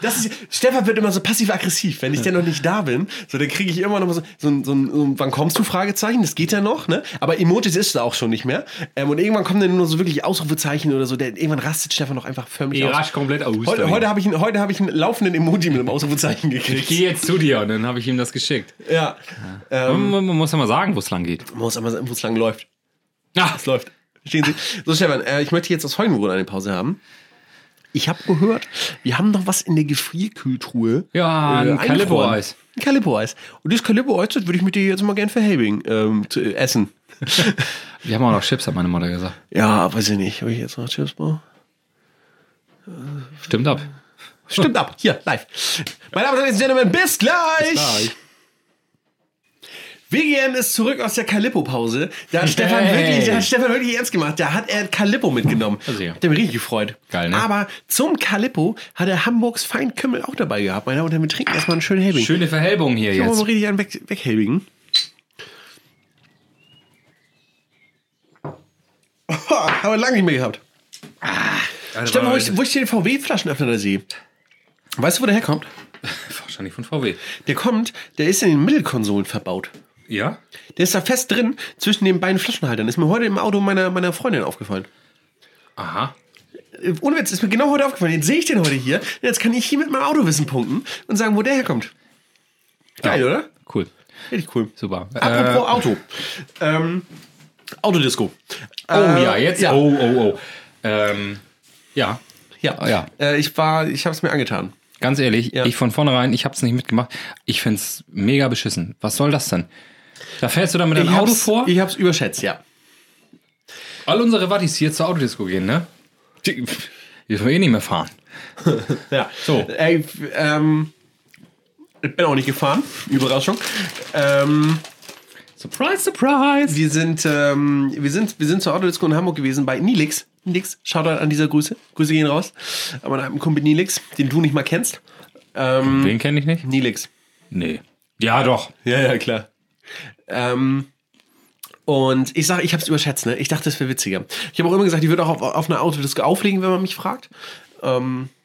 S2: Das ist, Stefan wird immer so passiv-aggressiv, wenn ich denn noch nicht da bin. So, dann kriege ich immer noch mal so, so, ein- so ein, so ein Wann kommst du? Fragezeichen, das geht ja noch, ne? Aber Emotis ist da auch schon nicht mehr. Ähm, und irgendwann kommen dann nur so wirklich Ausrufezeichen oder so. Der, irgendwann rastet Stefan noch einfach förmlich aus.
S3: rasch komplett aus.
S2: Heute,
S3: damit.
S2: heute habe ich, einen- heute hab ich einen laufenden Emoji mit einem Ausrufezeichen
S3: ich
S2: gekriegt.
S3: gehe jetzt zu dir und dann habe ich ihm das geschickt.
S2: Ja. Ähm,
S3: Man, man man muss ja mal sagen, wo es lang geht.
S2: Man muss aber sagen, wo es lang läuft.
S3: Ah,
S2: Es läuft. Verstehen Sie? So, Stefan, äh, ich möchte jetzt aus folgendem Grund eine Pause haben. Ich habe gehört, wir haben noch was in der Gefrierkühltruhe. äh,
S3: Ja, ein
S2: eingefroren.
S3: Calippo-Eis.
S2: Ein Calippo-Eis. Und dieses Calippo-Eis, das würde ich mit dir jetzt mal gern verhelbing ähm, zu, äh, essen.
S3: wir haben auch noch Chips, hat meine Mutter gesagt.
S2: ja, weiß ich nicht. Ob ich jetzt noch Chips brauche?
S3: Stimmt ab.
S2: Stimmt ab. Hier, live. Meine Damen und Gentlemen, bis gleich.
S3: gleich.
S2: WGN ist zurück aus der Calippo-Pause. Da hat, Stefan
S3: Hey.
S2: wirklich, da hat Stefan wirklich ernst gemacht. Da hat er Calippo mitgenommen.
S3: Also ja.
S2: Hat er mich richtig gefreut.
S3: Geil, ne?
S2: Aber zum Calippo hat er Hamburgs Feinkümmel auch dabei gehabt. Meine Damen und Herren, wir trinken erstmal einen schönen Helbing.
S3: Schöne Verhelbung hier
S2: Wollen wir mal
S3: jetzt.
S2: richtig einen weg, weghelbigen? Oh, haben wir lange nicht mehr gehabt. Stefan, wo ich, wo ich den VW-Flaschenöffner da sehe. Weißt du, wo der herkommt?
S3: Wahrscheinlich von VW.
S2: Der kommt, der ist in den Mittelkonsolen verbaut.
S3: Ja?
S2: Der ist da fest drin zwischen den beiden Flaschenhaltern. Ist mir heute im Auto meiner, meiner Freundin aufgefallen.
S3: Aha.
S2: Äh, Ohne Witz, ist mir genau heute aufgefallen. Jetzt sehe ich den heute hier. Jetzt kann ich hier mit meinem Autowissen punkten und sagen, wo der herkommt. Geil,
S3: Ja.
S2: oder?
S3: Cool.
S2: Richtig cool.
S3: Super. Äh,
S2: Apropos Auto. Ähm, Autodisco.
S3: Oh ja, jetzt.
S2: Äh, ja.
S3: Oh, oh, oh. Ähm, ja.
S2: Ja,
S3: Ah, ja.
S2: Äh, ich war, ich habe es mir angetan.
S3: Ganz ehrlich,
S2: Ja.
S3: ich von vornherein, ich hab's nicht mitgemacht. Ich find's mega beschissen. Was soll das denn? Da fährst du dann mit
S2: ich
S3: deinem Äh, Auto
S2: hab's-
S3: vor.
S2: Ich habe es überschätzt, ja.
S3: All unsere Wattis die jetzt zur Autodisco gehen, ne? Die, die dürfen wir eh nicht mehr fahren.
S2: ja.
S3: So.
S2: Ey, f- ähm, ich bin auch nicht gefahren. Überraschung. Ähm,
S3: Surprise, surprise!
S2: wir sind, ähm, wir sind, wir sind zur Autodisco in Hamburg gewesen bei Nilix. Nilix, Shoutout an dieser Grüße. Grüße gehen raus. Aber nach einem Kumpel Nilix, den du nicht mal kennst. Ähm,
S3: Den kenne ich nicht?
S2: Nilix.
S3: Nee. Ja, doch.
S2: Ja, ja, klar. Ähm, und ich sage, ich habe es überschätzt, ne? Ich dachte, es wäre witziger. Ich habe auch immer gesagt, ich würde auch auf, auf einer Autodisco auflegen, wenn man mich fragt.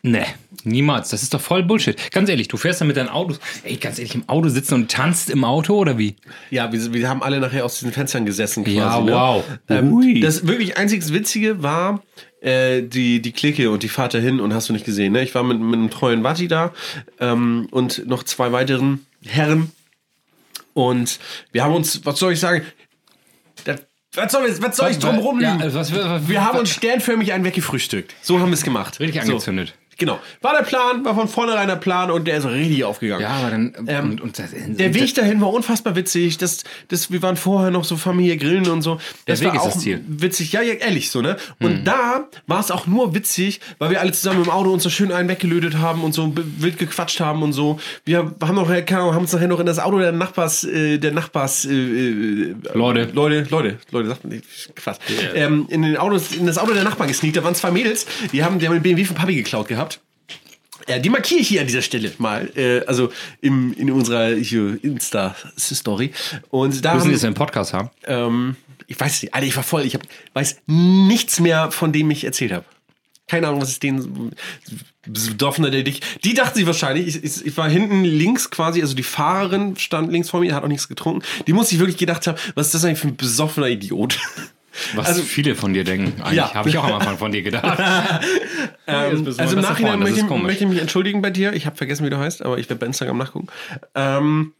S3: Nee, niemals. Das ist doch voll Bullshit. Ganz ehrlich, du fährst dann mit deinen Autos. Ey, ganz ehrlich, im Auto sitzen und tanzt im Auto oder wie?
S2: Ja, wir, wir haben alle nachher aus diesen Fenstern gesessen quasi.
S3: Ja,
S2: ne?
S3: wow. Ui.
S2: Ähm, das wirklich einzig Witzige war äh, die, die Clique und die Fahrt dahin und hast du nicht gesehen. Ne? Ich war mit, mit einem treuen Watti da ähm, und noch zwei weiteren Herren. Und wir haben uns, was soll ich sagen? Das, was soll ich, was soll ich drum rumlügen?
S3: Ja, also was, was, was,
S2: Wir haben uns sternförmig einen weggefrühstückt. So haben wir es gemacht.
S3: Richtig angezündet.
S2: So. Genau. War der Plan, war von vornherein der Plan und der ist richtig aufgegangen.
S3: Ja, aber dann.
S2: Ähm,
S3: und, und das,
S2: Der Weg dahin war unfassbar witzig. Das, das, wir waren vorher noch so Familie grillen und so. Das
S3: Weg
S2: war
S3: ist
S2: auch
S3: das Ziel. Mhm.
S2: witzig. Ja, ja, ehrlich so, ne? Und da war es auch nur witzig, weil wir alle zusammen im Auto uns so schön einen weggelötet haben und so b- wild gequatscht haben und so. Wir haben noch, keine Ahnung, haben uns nachher noch in das Auto der Nachbars, äh, der Nachbars, äh, äh,
S3: Leute.
S2: Leute, Leute, Leute, sagt man nicht, Quatsch. Ähm, in, den Autos, in das Auto der Nachbarn gesneakt, da waren zwei Mädels, die haben, die haben den BMW von Papi geklaut gehabt. Ja, die markiere ich hier an dieser Stelle mal, äh, also im, in unserer hier Insta-Story. Und da
S3: Müssen wir
S2: haben,
S3: jetzt einen Podcast haben?
S2: ähm, ich weiß nicht, Alter, ich war voll, ich hab, weiß nichts mehr, von dem ich erzählt habe. Keine Ahnung, was ist denen besoffener der dich. Die dachten sich wahrscheinlich, ich, ich, ich war hinten links quasi, also die Fahrerin stand links vor mir, hat auch nichts getrunken. Die muss sich wirklich gedacht haben, was ist das eigentlich für ein besoffener Idiot?
S3: Was
S2: Also-
S3: viele von dir denken. Eigentlich
S2: Ja.
S3: habe ich auch am Anfang von dir gedacht. Jetzt bist du
S2: Also
S3: mein
S2: im
S3: bester
S2: Nachhinein
S3: Freund, das
S2: möchte,
S3: ist
S2: ich-
S3: komisch.
S2: möchte ich mich entschuldigen bei dir. Ich habe vergessen, wie du heißt, aber ich werde bei Instagram nachgucken. Ähm,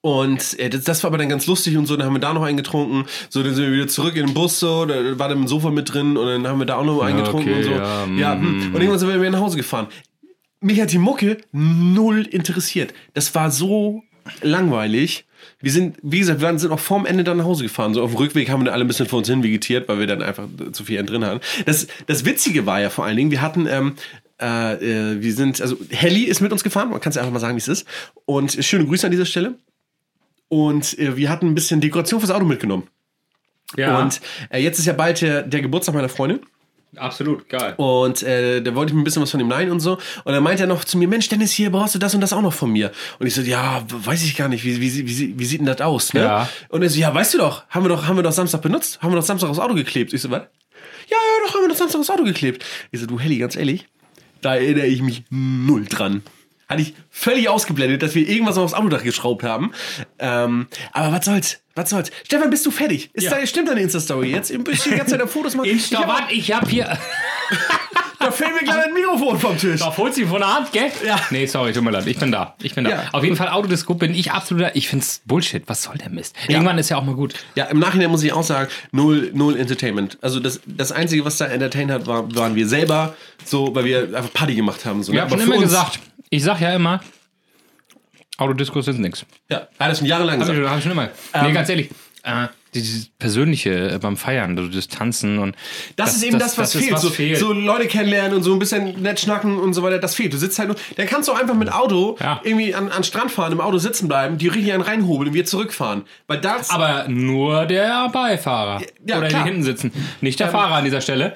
S2: und äh, das, das war aber dann ganz lustig und so. Dann haben wir da noch einen getrunken. So, dann sind wir wieder zurück in den Bus. So, da war dann im Sofa mit drin und dann haben wir da auch noch einen
S3: Ja,
S2: getrunken
S3: okay,
S2: und so.
S3: ja, mm.
S2: ja hm. und irgendwann sind wir wieder nach Hause gefahren. Mich hat die Mucke null interessiert. Das war so langweilig. Wir sind, wie gesagt, wir waren- sind auch vorm Ende dann nach Hause gefahren. So auf dem Rückweg haben wir dann alle ein bisschen vor uns hin vegetiert, weil wir dann einfach zu viel drin hatten. Das, das Witzige war ja vor allen Dingen, wir hatten, ähm, äh, äh, wir sind, also Helly ist mit uns gefahren, man kann es einfach mal sagen, wie es ist. Und äh, schöne Grüße an dieser Stelle. Und äh, wir hatten ein bisschen Dekoration fürs Auto mitgenommen.
S3: Ja,
S2: Und äh, jetzt ist ja bald der, der Geburtstag meiner Freundin.
S3: absolut, geil.
S2: Und äh, da wollte ich mir ein bisschen was von ihm leihen und so. Und dann meinte er noch zu mir, Mensch, Dennis, hier brauchst du das und das auch noch von mir. Und ich so, ja, w- weiß ich gar nicht, wie, wie, wie, wie, wie sieht denn das aus? Ne?
S3: Ja.
S2: Und er so, ja, weißt du doch, haben wir doch, haben wir doch Samstag benutzt, haben wir doch Samstag aufs Auto geklebt. Ich so, was? Ja, ja, doch, haben wir doch Samstag aufs Auto geklebt. Ich so, du Helly, ganz ehrlich, da erinnere ich mich null dran. Hatte ich völlig ausgeblendet, dass wir irgendwas noch aufs Autodach geschraubt haben. Ähm, aber was soll's? Was soll's? Stefan, bist du fertig? Ist
S3: Ja.
S2: deine, stimmt deine Insta-Story jetzt? Ein bisschen die ganze Zeit am Fotos machen. Ich hab
S3: Insta, ich hab hier.
S2: da fällt mir gleich ein Mikrofon vom Tisch.
S3: Auf holt sie von der Hand, gell? Ja. Nee, sorry, tut mir leid. Ich bin da. Ich bin da.
S2: Ja.
S3: Auf jeden Fall, Autodisco bin ich absoluter. Ich find's Bullshit. Was soll der Mist? Irgendwann ist ja auch mal gut.
S2: Ja, im Nachhinein muss ich auch sagen, null, null Entertainment. Also das, das Einzige, was da entertained hat, war, waren wir selber, so, weil wir einfach Party gemacht haben. So,
S3: Ich
S2: ne?
S3: hab
S2: Aber
S3: schon
S2: für
S3: immer
S2: uns-
S3: gesagt, ich sag ja immer, Autodiscos sind nix.
S2: Ja, hat das Also, schon Ähm, jahrelang
S3: Hab
S2: gesagt.
S3: ich, hab ich schon immer. nee, ganz ehrlich. Äh, dieses Persönliche äh, beim Feiern, also das Tanzen und.
S2: Das, ist eben das, was
S3: ist,
S2: fehlt. so, so Leute kennenlernen und so ein bisschen nett schnacken und so weiter, das fehlt. Du sitzt halt nur, dann kannst du auch einfach mit Auto
S3: Ja.
S2: irgendwie an, an den Strand fahren, im Auto sitzen bleiben, die richtig einen reinhobeln und wir zurückfahren. Weil das,
S3: Aber nur der Beifahrer.
S2: Ja,
S3: oder
S2: klar. Ähm,
S3: die hinten sitzen. Nicht der Fahrer an dieser Stelle.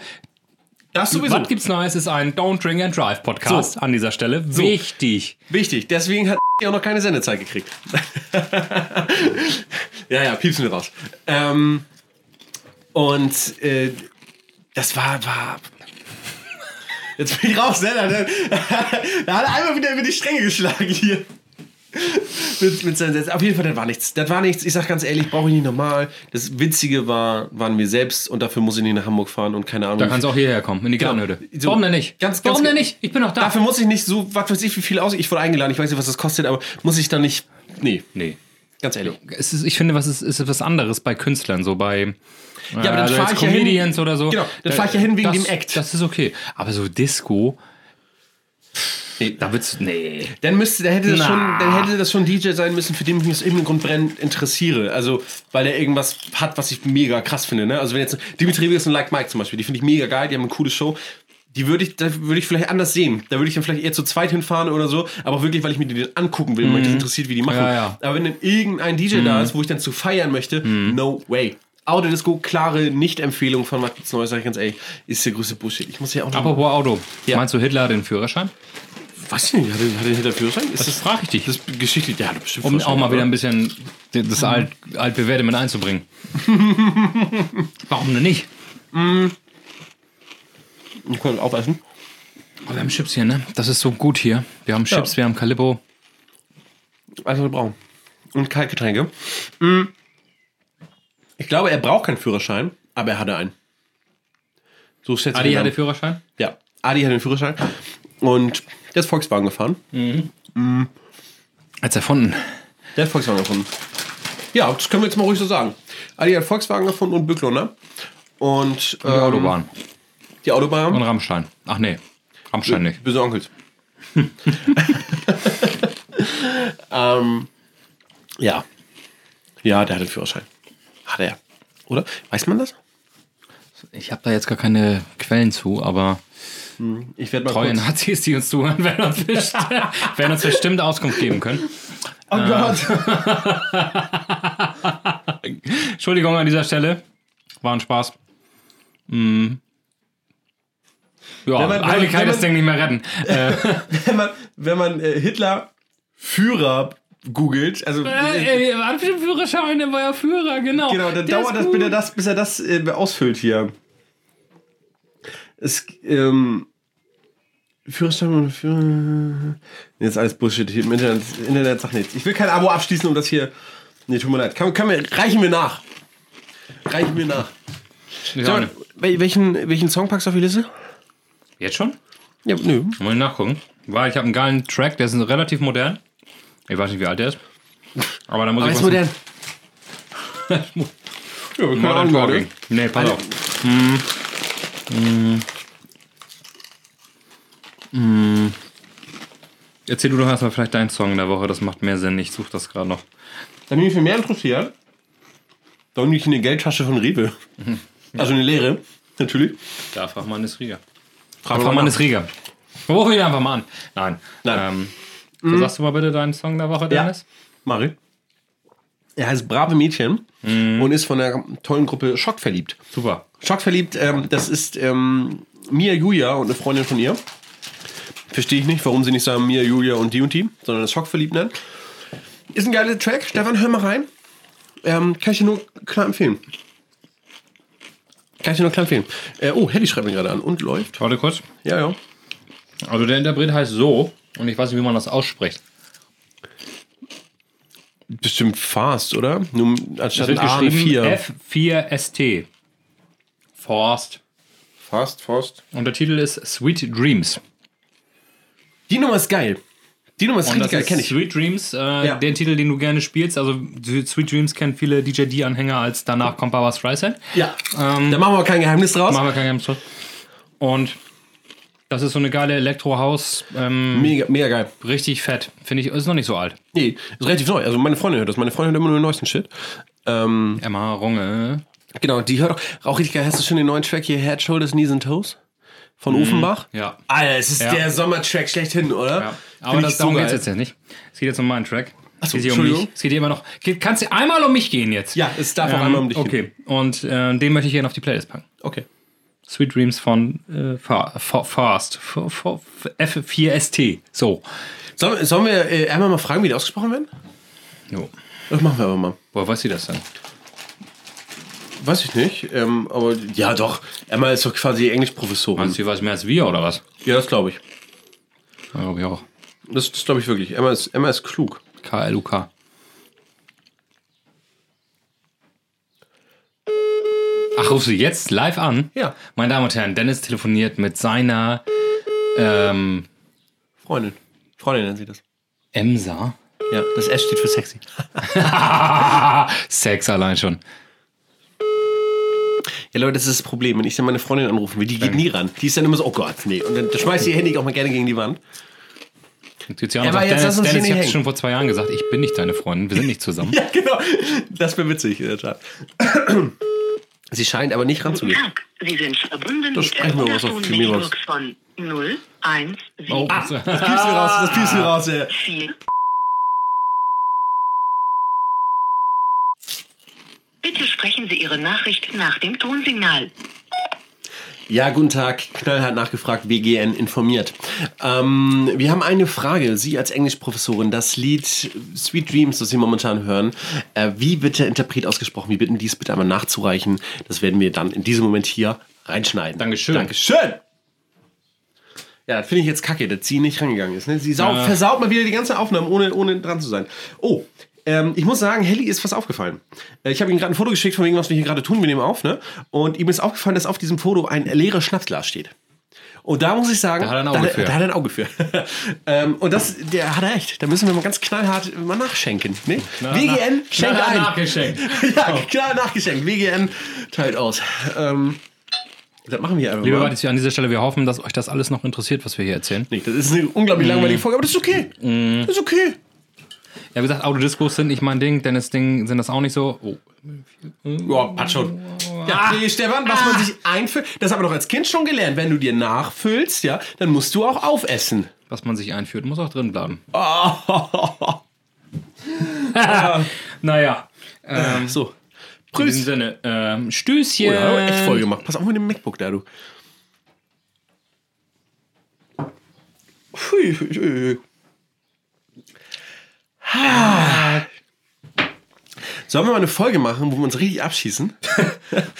S2: das sowieso.
S3: Was gibt's Neues ist ein Don't Drink and Drive Podcast an dieser Stelle. Wichtig.
S2: Wichtig, deswegen hat auch noch keine Sendezeit gekriegt. ja, ja, piepsen wir raus. Ähm, und äh, das war, war. Jetzt bin ich raus, ne? Da, da hat er einmal wieder über die Stränge geschlagen hier. mit, mit seinen Sätzen. Auf jeden Fall, das war nichts. Das war nichts. Ich sag ganz ehrlich, brauche ich nicht nochmal. Das Witzige war, waren wir selbst und dafür muss ich nicht nach Hamburg fahren und keine Ahnung.
S3: Da kannst du auch hierher kommen, in die Kernhöhle.
S2: Genau. So,
S3: Warum denn nicht?
S2: ganz, ganz-
S3: Warum denn nicht? Ich bin noch da.
S2: Dafür muss ich nicht so, was weiß ich, wie viel aus. Ich wurde eingeladen, ich weiß nicht, was das kostet, aber muss ich dann nicht. Nee,
S3: nee.
S2: ganz ehrlich.
S3: Es ist, ich finde, was ist, ist was anderes bei Künstlern, so bei ja,
S2: aber dann fahr ich ja hin-
S3: Comedians oder so.
S2: Genau, dann
S3: Da-
S2: fahr ich ja hin wegen
S3: das,
S2: dem Act.
S3: Das ist okay. Aber so Disco,
S2: Nee,
S3: da wird's. Nee.
S2: dann müsste, dann hätte, das
S3: Na.
S2: schon, dann hätte das schon ein DJ sein müssen, für den ich mich aus irgendeinem Grund brennend interessiere. Also, weil der irgendwas hat, was ich mega krass finde. Ne? Also, wenn jetzt Dimitri Vegas und Like Mike zum Beispiel, die finde ich mega geil, die haben eine coole Show. Die würde ich, da würde ich vielleicht anders sehen. Da würde ich dann vielleicht eher zu zweit hinfahren oder so. Aber auch wirklich, weil ich mir die dann angucken will, weil mich das interessiert, wie die machen.
S3: Mhm. Ja, Mhm. ja.
S2: Aber wenn dann irgendein DJ da ist, wo ich dann zu feiern möchte, no way. Autodisco, klare Nicht-Empfehlung von was gibt's Neues, sag ich ganz ehrlich, ist der größte Bullshit. Ich muss ja auch noch.
S3: Apropos Auto.
S2: Ja.
S3: Meinst du, Hitler hat den Führerschein?
S2: weiß ich nicht, hat er, hat er hinter Führerschein? Ist
S3: Das frage ich dich.
S2: das ist geschichtlich, der hat bestimmt
S3: um auch
S2: Vorstellung,
S3: mal wieder
S2: oder? Mhm.
S3: ein bisschen das alt, altbewährte mit einzubringen. Warum denn nicht?
S2: Wir können aufessen.
S3: Oh, wir haben Chips hier, ne? Das ist so gut hier. Wir haben Chips, wir haben Calippo.
S2: Also wir brauchen. Und Kaltgetränke. Mm. Ich glaube, er braucht keinen Führerschein, aber er hatte einen. So schätze
S3: Adi
S2: ich ihn
S3: hat
S2: an.
S3: den Führerschein.
S2: Ja, Adi hat den Führerschein. Und der ist Volkswagen gefahren.
S3: Hat's erfunden.
S2: Der hat Volkswagen gefunden. Ja, das können wir jetzt mal ruhig so sagen. Adi hat Volkswagen gefunden und Bücklo, ne? Und ähm,
S3: Die Autobahn.
S2: Die Autobahn.
S3: Und Rammstein. Ach nee, Rammstein nicht.
S2: Böse Onkels. ähm, ja. Ja, der hat den Führerschein. Hat er. Oder? Weiß man das?
S3: Ich habe da jetzt gar keine Quellen zu, aber
S2: Ich werde mal
S3: treue Nazis, die uns zuhören, werden uns, bestimmt, werden uns bestimmt Auskunft geben können.
S2: Oh Gott.
S3: Entschuldigung an dieser Stelle. War ein Spaß. Mm. Ja,
S2: Wenn man- wenn
S3: Heile
S2: man- wenn
S3: kann das
S2: man-
S3: Ding nicht mehr retten. Äh,
S2: Wenn man, wenn man äh, Hitler Führer googelt, also äh,
S3: ey, war bestimmt Führerschein, der war ja Führer, genau.
S2: genau, dann
S3: Der
S2: dauert das,
S3: ist gut.
S2: bis er das, bis er das äh, ausfüllt hier. Es, ähm, Führerschein und Führer. Nee, ist alles Bullshit. Hier Im Internet, Internet sagt nichts. Ich will kein Abo abschließen, um das hier. Nee, tut mir leid. Kann, kann mir, reichen wir nach. Reichen wir nach.
S3: Ja,
S2: So,
S3: ne.
S2: wel- welchen, welchen Song packst du auf die Liste?
S3: Jetzt schon?
S2: Ja, nö.
S3: Mal nachgucken. Weil ich habe einen geilen Track, der ist relativ modern. Ich weiß nicht, wie alt der ist. Aber da muss ich was-
S2: Ja, wir können
S3: Modern
S2: auch
S3: Talking.
S2: Talking.
S3: Nee, pass
S2: Eine-
S3: auf. Hm. Mm. Mm. Hm. Erzähl du doch erstmal vielleicht deinen Song der Woche, das macht mehr Sinn. Ich suche das gerade noch.
S2: Dann bin ich viel mehr interessiert. Dann nicht in eine Geldtasche von Rewe. Also eine leere, natürlich.
S3: Da fragt man ist Rieger.
S2: Frag
S3: Fragt man ist Rieger. Wir rufen ihn einfach mal an. Nein.
S2: Nein.
S3: Ähm, Sagst du mal bitte deinen Song der Woche,
S2: Ja.
S3: Dennis?
S2: Mari. Er heißt Brave Mädchen
S3: Mhm.
S2: und ist von der tollen Gruppe Schock verliebt.
S3: Super.
S2: Schockverliebt, ähm, das ist ähm, Mia Julia und eine Freundin von ihr. Verstehe ich nicht, warum sie nicht sagen Mia Julia und die und die, sondern das Schockverliebt nennen. Ist ein geiler Track. Stefan, hör mal rein. Ähm, kann ich dir nur klar empfehlen. Kann ich dir nur klar empfehlen. Äh, oh, Hedy schreibt mir gerade an und läuft.
S3: Warte kurz.
S2: Ja, ja.
S3: Also der Interpret heißt so und ich weiß nicht, wie man das ausspricht.
S2: Bestimmt fast, oder? Nur anstatt
S3: Es wird
S2: A eine
S3: geschrieben
S2: vier.
S3: F4ST. Forst.
S2: Fast, fast.
S3: Und der Titel ist Sweet Dreams.
S2: Die Nummer ist geil. Die Nummer ist
S3: Und
S2: richtig
S3: das
S2: geil,
S3: ist
S2: kenne ich.
S3: Sweet Dreams, äh,
S2: Ja.
S3: der Titel, den du gerne spielst. Also Sweet Dreams kennen viele DJD-Anhänger als danach kommt Barbara Streisand.
S2: Ja. da machen wir kein Geheimnis draus.
S3: Ähm, Machen wir keinen Geheimnis. draus. Und das ist so eine geile Elektrohaus, ähm,
S2: Mega, mega geil.
S3: richtig fett. Finde ich, ist noch nicht so alt.
S2: Nee, ist relativ neu. Also meine Freundin hört das. Meine Freundin hört immer nur den neuesten Shit. Ähm,
S3: Emma Runge.
S2: genau, die hört auch, auch richtig geil. Hast du schon den neuen Track hier, Head, Shoulders, Knees and Toes? Von Ofenbach?
S3: Mhm. Ja.
S2: Alter, es ist
S3: Ja.
S2: der Sommertrack schlechthin, oder?
S3: Ja.
S2: Find
S3: Aber
S2: ich
S3: das,
S2: so
S3: darum geht es
S2: geil.
S3: jetzt ja nicht. Es geht jetzt um meinen Track.
S2: Ach so,
S3: es geht hier um mich.
S2: Entschuldigung.
S3: Es geht hier immer noch. Geht, kannst du einmal um mich gehen jetzt? Ähm,
S2: Ja, es darf auch einmal um dich gehen.
S3: Okay, und äh, den möchte ich gerne auf die Playlist packen.
S2: Okay.
S3: Sweet Dreams von äh, Fa- Fa- Fast. Fa- Fa- F4ST. So.
S2: Sollen, sollen wir äh, einmal mal fragen, wie die ausgesprochen werden?
S3: Jo.
S2: Das machen wir aber mal.
S3: Woher weiß sie das denn?
S2: Weiß ich nicht, ähm, aber ja doch. Emma ist doch quasi
S3: Meinst
S2: Englischprofessorin.
S3: du, sie weiß mehr als wir oder was?
S2: Ja, das glaube ich.
S3: Ja, glaube ich auch.
S2: Das, das glaube ich wirklich. Emma ist, Emma ist klug.
S3: KLUK. Ach, rufst du jetzt live an?
S2: Ja.
S3: Meine Damen und Herren, Dennis telefoniert mit seiner ähm,
S2: Freundin. Freundin nennt sie das.
S3: Emsa.
S2: Ja, das S steht für sexy.
S3: Sex allein schon.
S2: Ja, Leute, das ist das Problem. Wenn ich dann meine Freundin anrufen will, die geht nie ran. Die ist dann immer so, oh Gott, nee. Und dann schmeißt ihr Handy auch mal gerne gegen die Wand.
S3: Tiziano
S2: Aber
S3: sagt,
S2: jetzt lass
S3: Dennis,
S2: uns hier
S3: Dennis
S2: nicht
S3: ich hab's
S2: hängen.
S3: schon vor zwei Jahren gesagt, ich bin nicht deine Freundin, wir sind nicht zusammen.
S2: Ja, genau. Das wäre witzig, in der Tat. Sie scheint aber nicht ranzugehen.
S4: Tag. Sie sind verbunden
S2: Das
S4: mit der
S2: sprechen wir aber so viel mehr
S4: Vodafone-Network von 0, 1, 7,
S3: Oh,
S2: Ah, Das piepst du raus, das piepst du raus. Ey.
S4: 4. Bitte sprechen Sie Ihre Nachricht nach dem Tonsignal.
S2: Ja, guten Tag. Knallhart nachgefragt, WGN informiert. Ähm, wir haben eine Frage. Sie als Englischprofessorin, das Lied Sweet Dreams, das Sie momentan hören, äh, wie wird der Interpret ausgesprochen? Wir bitten dies bitte einmal nachzureichen. Das werden wir dann in diesem Moment hier reinschneiden.
S3: Dankeschön.
S2: Dankeschön. Ja, das finde ich jetzt kacke, dass sie nicht rangegangen ist. Ne? Sie sau
S3: Ja.
S2: versaut mal wieder die ganze Aufnahme, ohne, ohne dran zu sein. Oh, ähm, ich muss sagen, Helly ist was aufgefallen. Äh, Ich habe ihm gerade ein Foto geschickt von wegen, was wir hier gerade tun. Wir nehmen auf, ne? Und ihm ist aufgefallen, dass auf diesem Foto ein leeres Schnapsglas steht. Und da muss ich sagen,
S3: Da hat er ein Auge für.
S2: da, da hat er ein Auge für. ähm, und das, der hat er echt. Da müssen wir mal ganz knallhart mal nachschenken. Ne? WGN, schenkt
S3: Knallhart
S2: ein.
S3: nachgeschenkt.
S2: ja, klar nachgeschenkt. WGN teilt aus. Ähm, das machen wir einfach
S3: Liebe
S2: mal.
S3: Leute, an dieser Stelle, wir hoffen, dass euch das alles noch interessiert, was wir hier erzählen.
S2: Nicht. Das ist eine unglaublich langweilige Folge, aber das ist okay. Das ist okay.
S3: Ja, wie gesagt, Autodiscos sind nicht mein Ding, Dennis Ding sind das auch nicht so. Oh,
S2: Ja, hat schon. Ja, nee, Stefan, was man sich einfüllt, das haben wir doch als Kind schon gelernt. Wenn du dir nachfüllst, ja, dann musst du auch aufessen.
S3: was man sich einführt, muss auch drin bleiben. Naja, ähm,
S2: so.
S3: in diesem
S2: Prüß.
S3: Sinne, ähm, Stößchen.
S2: Oh, da haben wir echt voll gemacht. Pass auf mit dem MacBook da, du. Hui, hui, hui. Ha. Sollen wir mal eine Folge machen, wo wir uns richtig abschießen?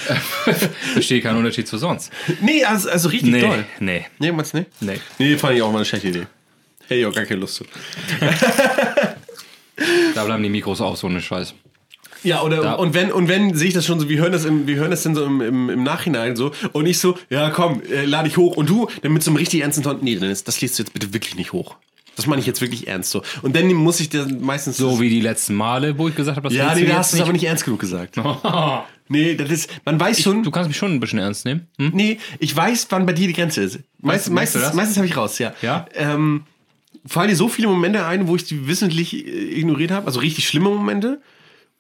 S3: Verstehe keinen Unterschied zu sonst.
S2: Nee, also, also richtig
S3: Nee,
S2: doll.
S3: nee.
S2: Nee, meinst du nicht?
S3: Nee.
S2: Nee, fand ich auch mal eine schlechte Idee. Hätte ich auch gar keine Lust zu.
S3: Da bleiben die Mikros aus, so eine Scheiß.
S2: Ja, oder
S3: Da-
S2: und wenn und wenn sehe ich das schon so, wir hören das im, wir hören das dann so im, im, im Nachhinein so und ich so, ja komm, äh, lade ich hoch und du dann mit so einem richtig ernsten Ton, nee, Dennis, das liest du jetzt bitte wirklich nicht hoch. Das meine ich jetzt wirklich ernst so. Und dann muss ich dir meistens
S3: So wie die letzten Male, wo ich gesagt habe, das
S2: ja,
S3: willst
S2: nee,
S3: du
S2: da
S3: jetzt
S2: hast du es aber nicht ernst genug gesagt. nee, das ist, man weiß schon,
S3: Du kannst mich schon ein bisschen ernst nehmen. Hm?
S2: nee, ich weiß, wann bei dir die Grenze ist. Meist,
S3: merkst du
S2: meistens
S3: das?
S2: meistens habe ich raus, ja.
S3: Ja?
S2: Ähm, fallen dir so viele Momente ein, wo ich die wissentlich äh, ignoriert habe? Also richtig schlimme Momente?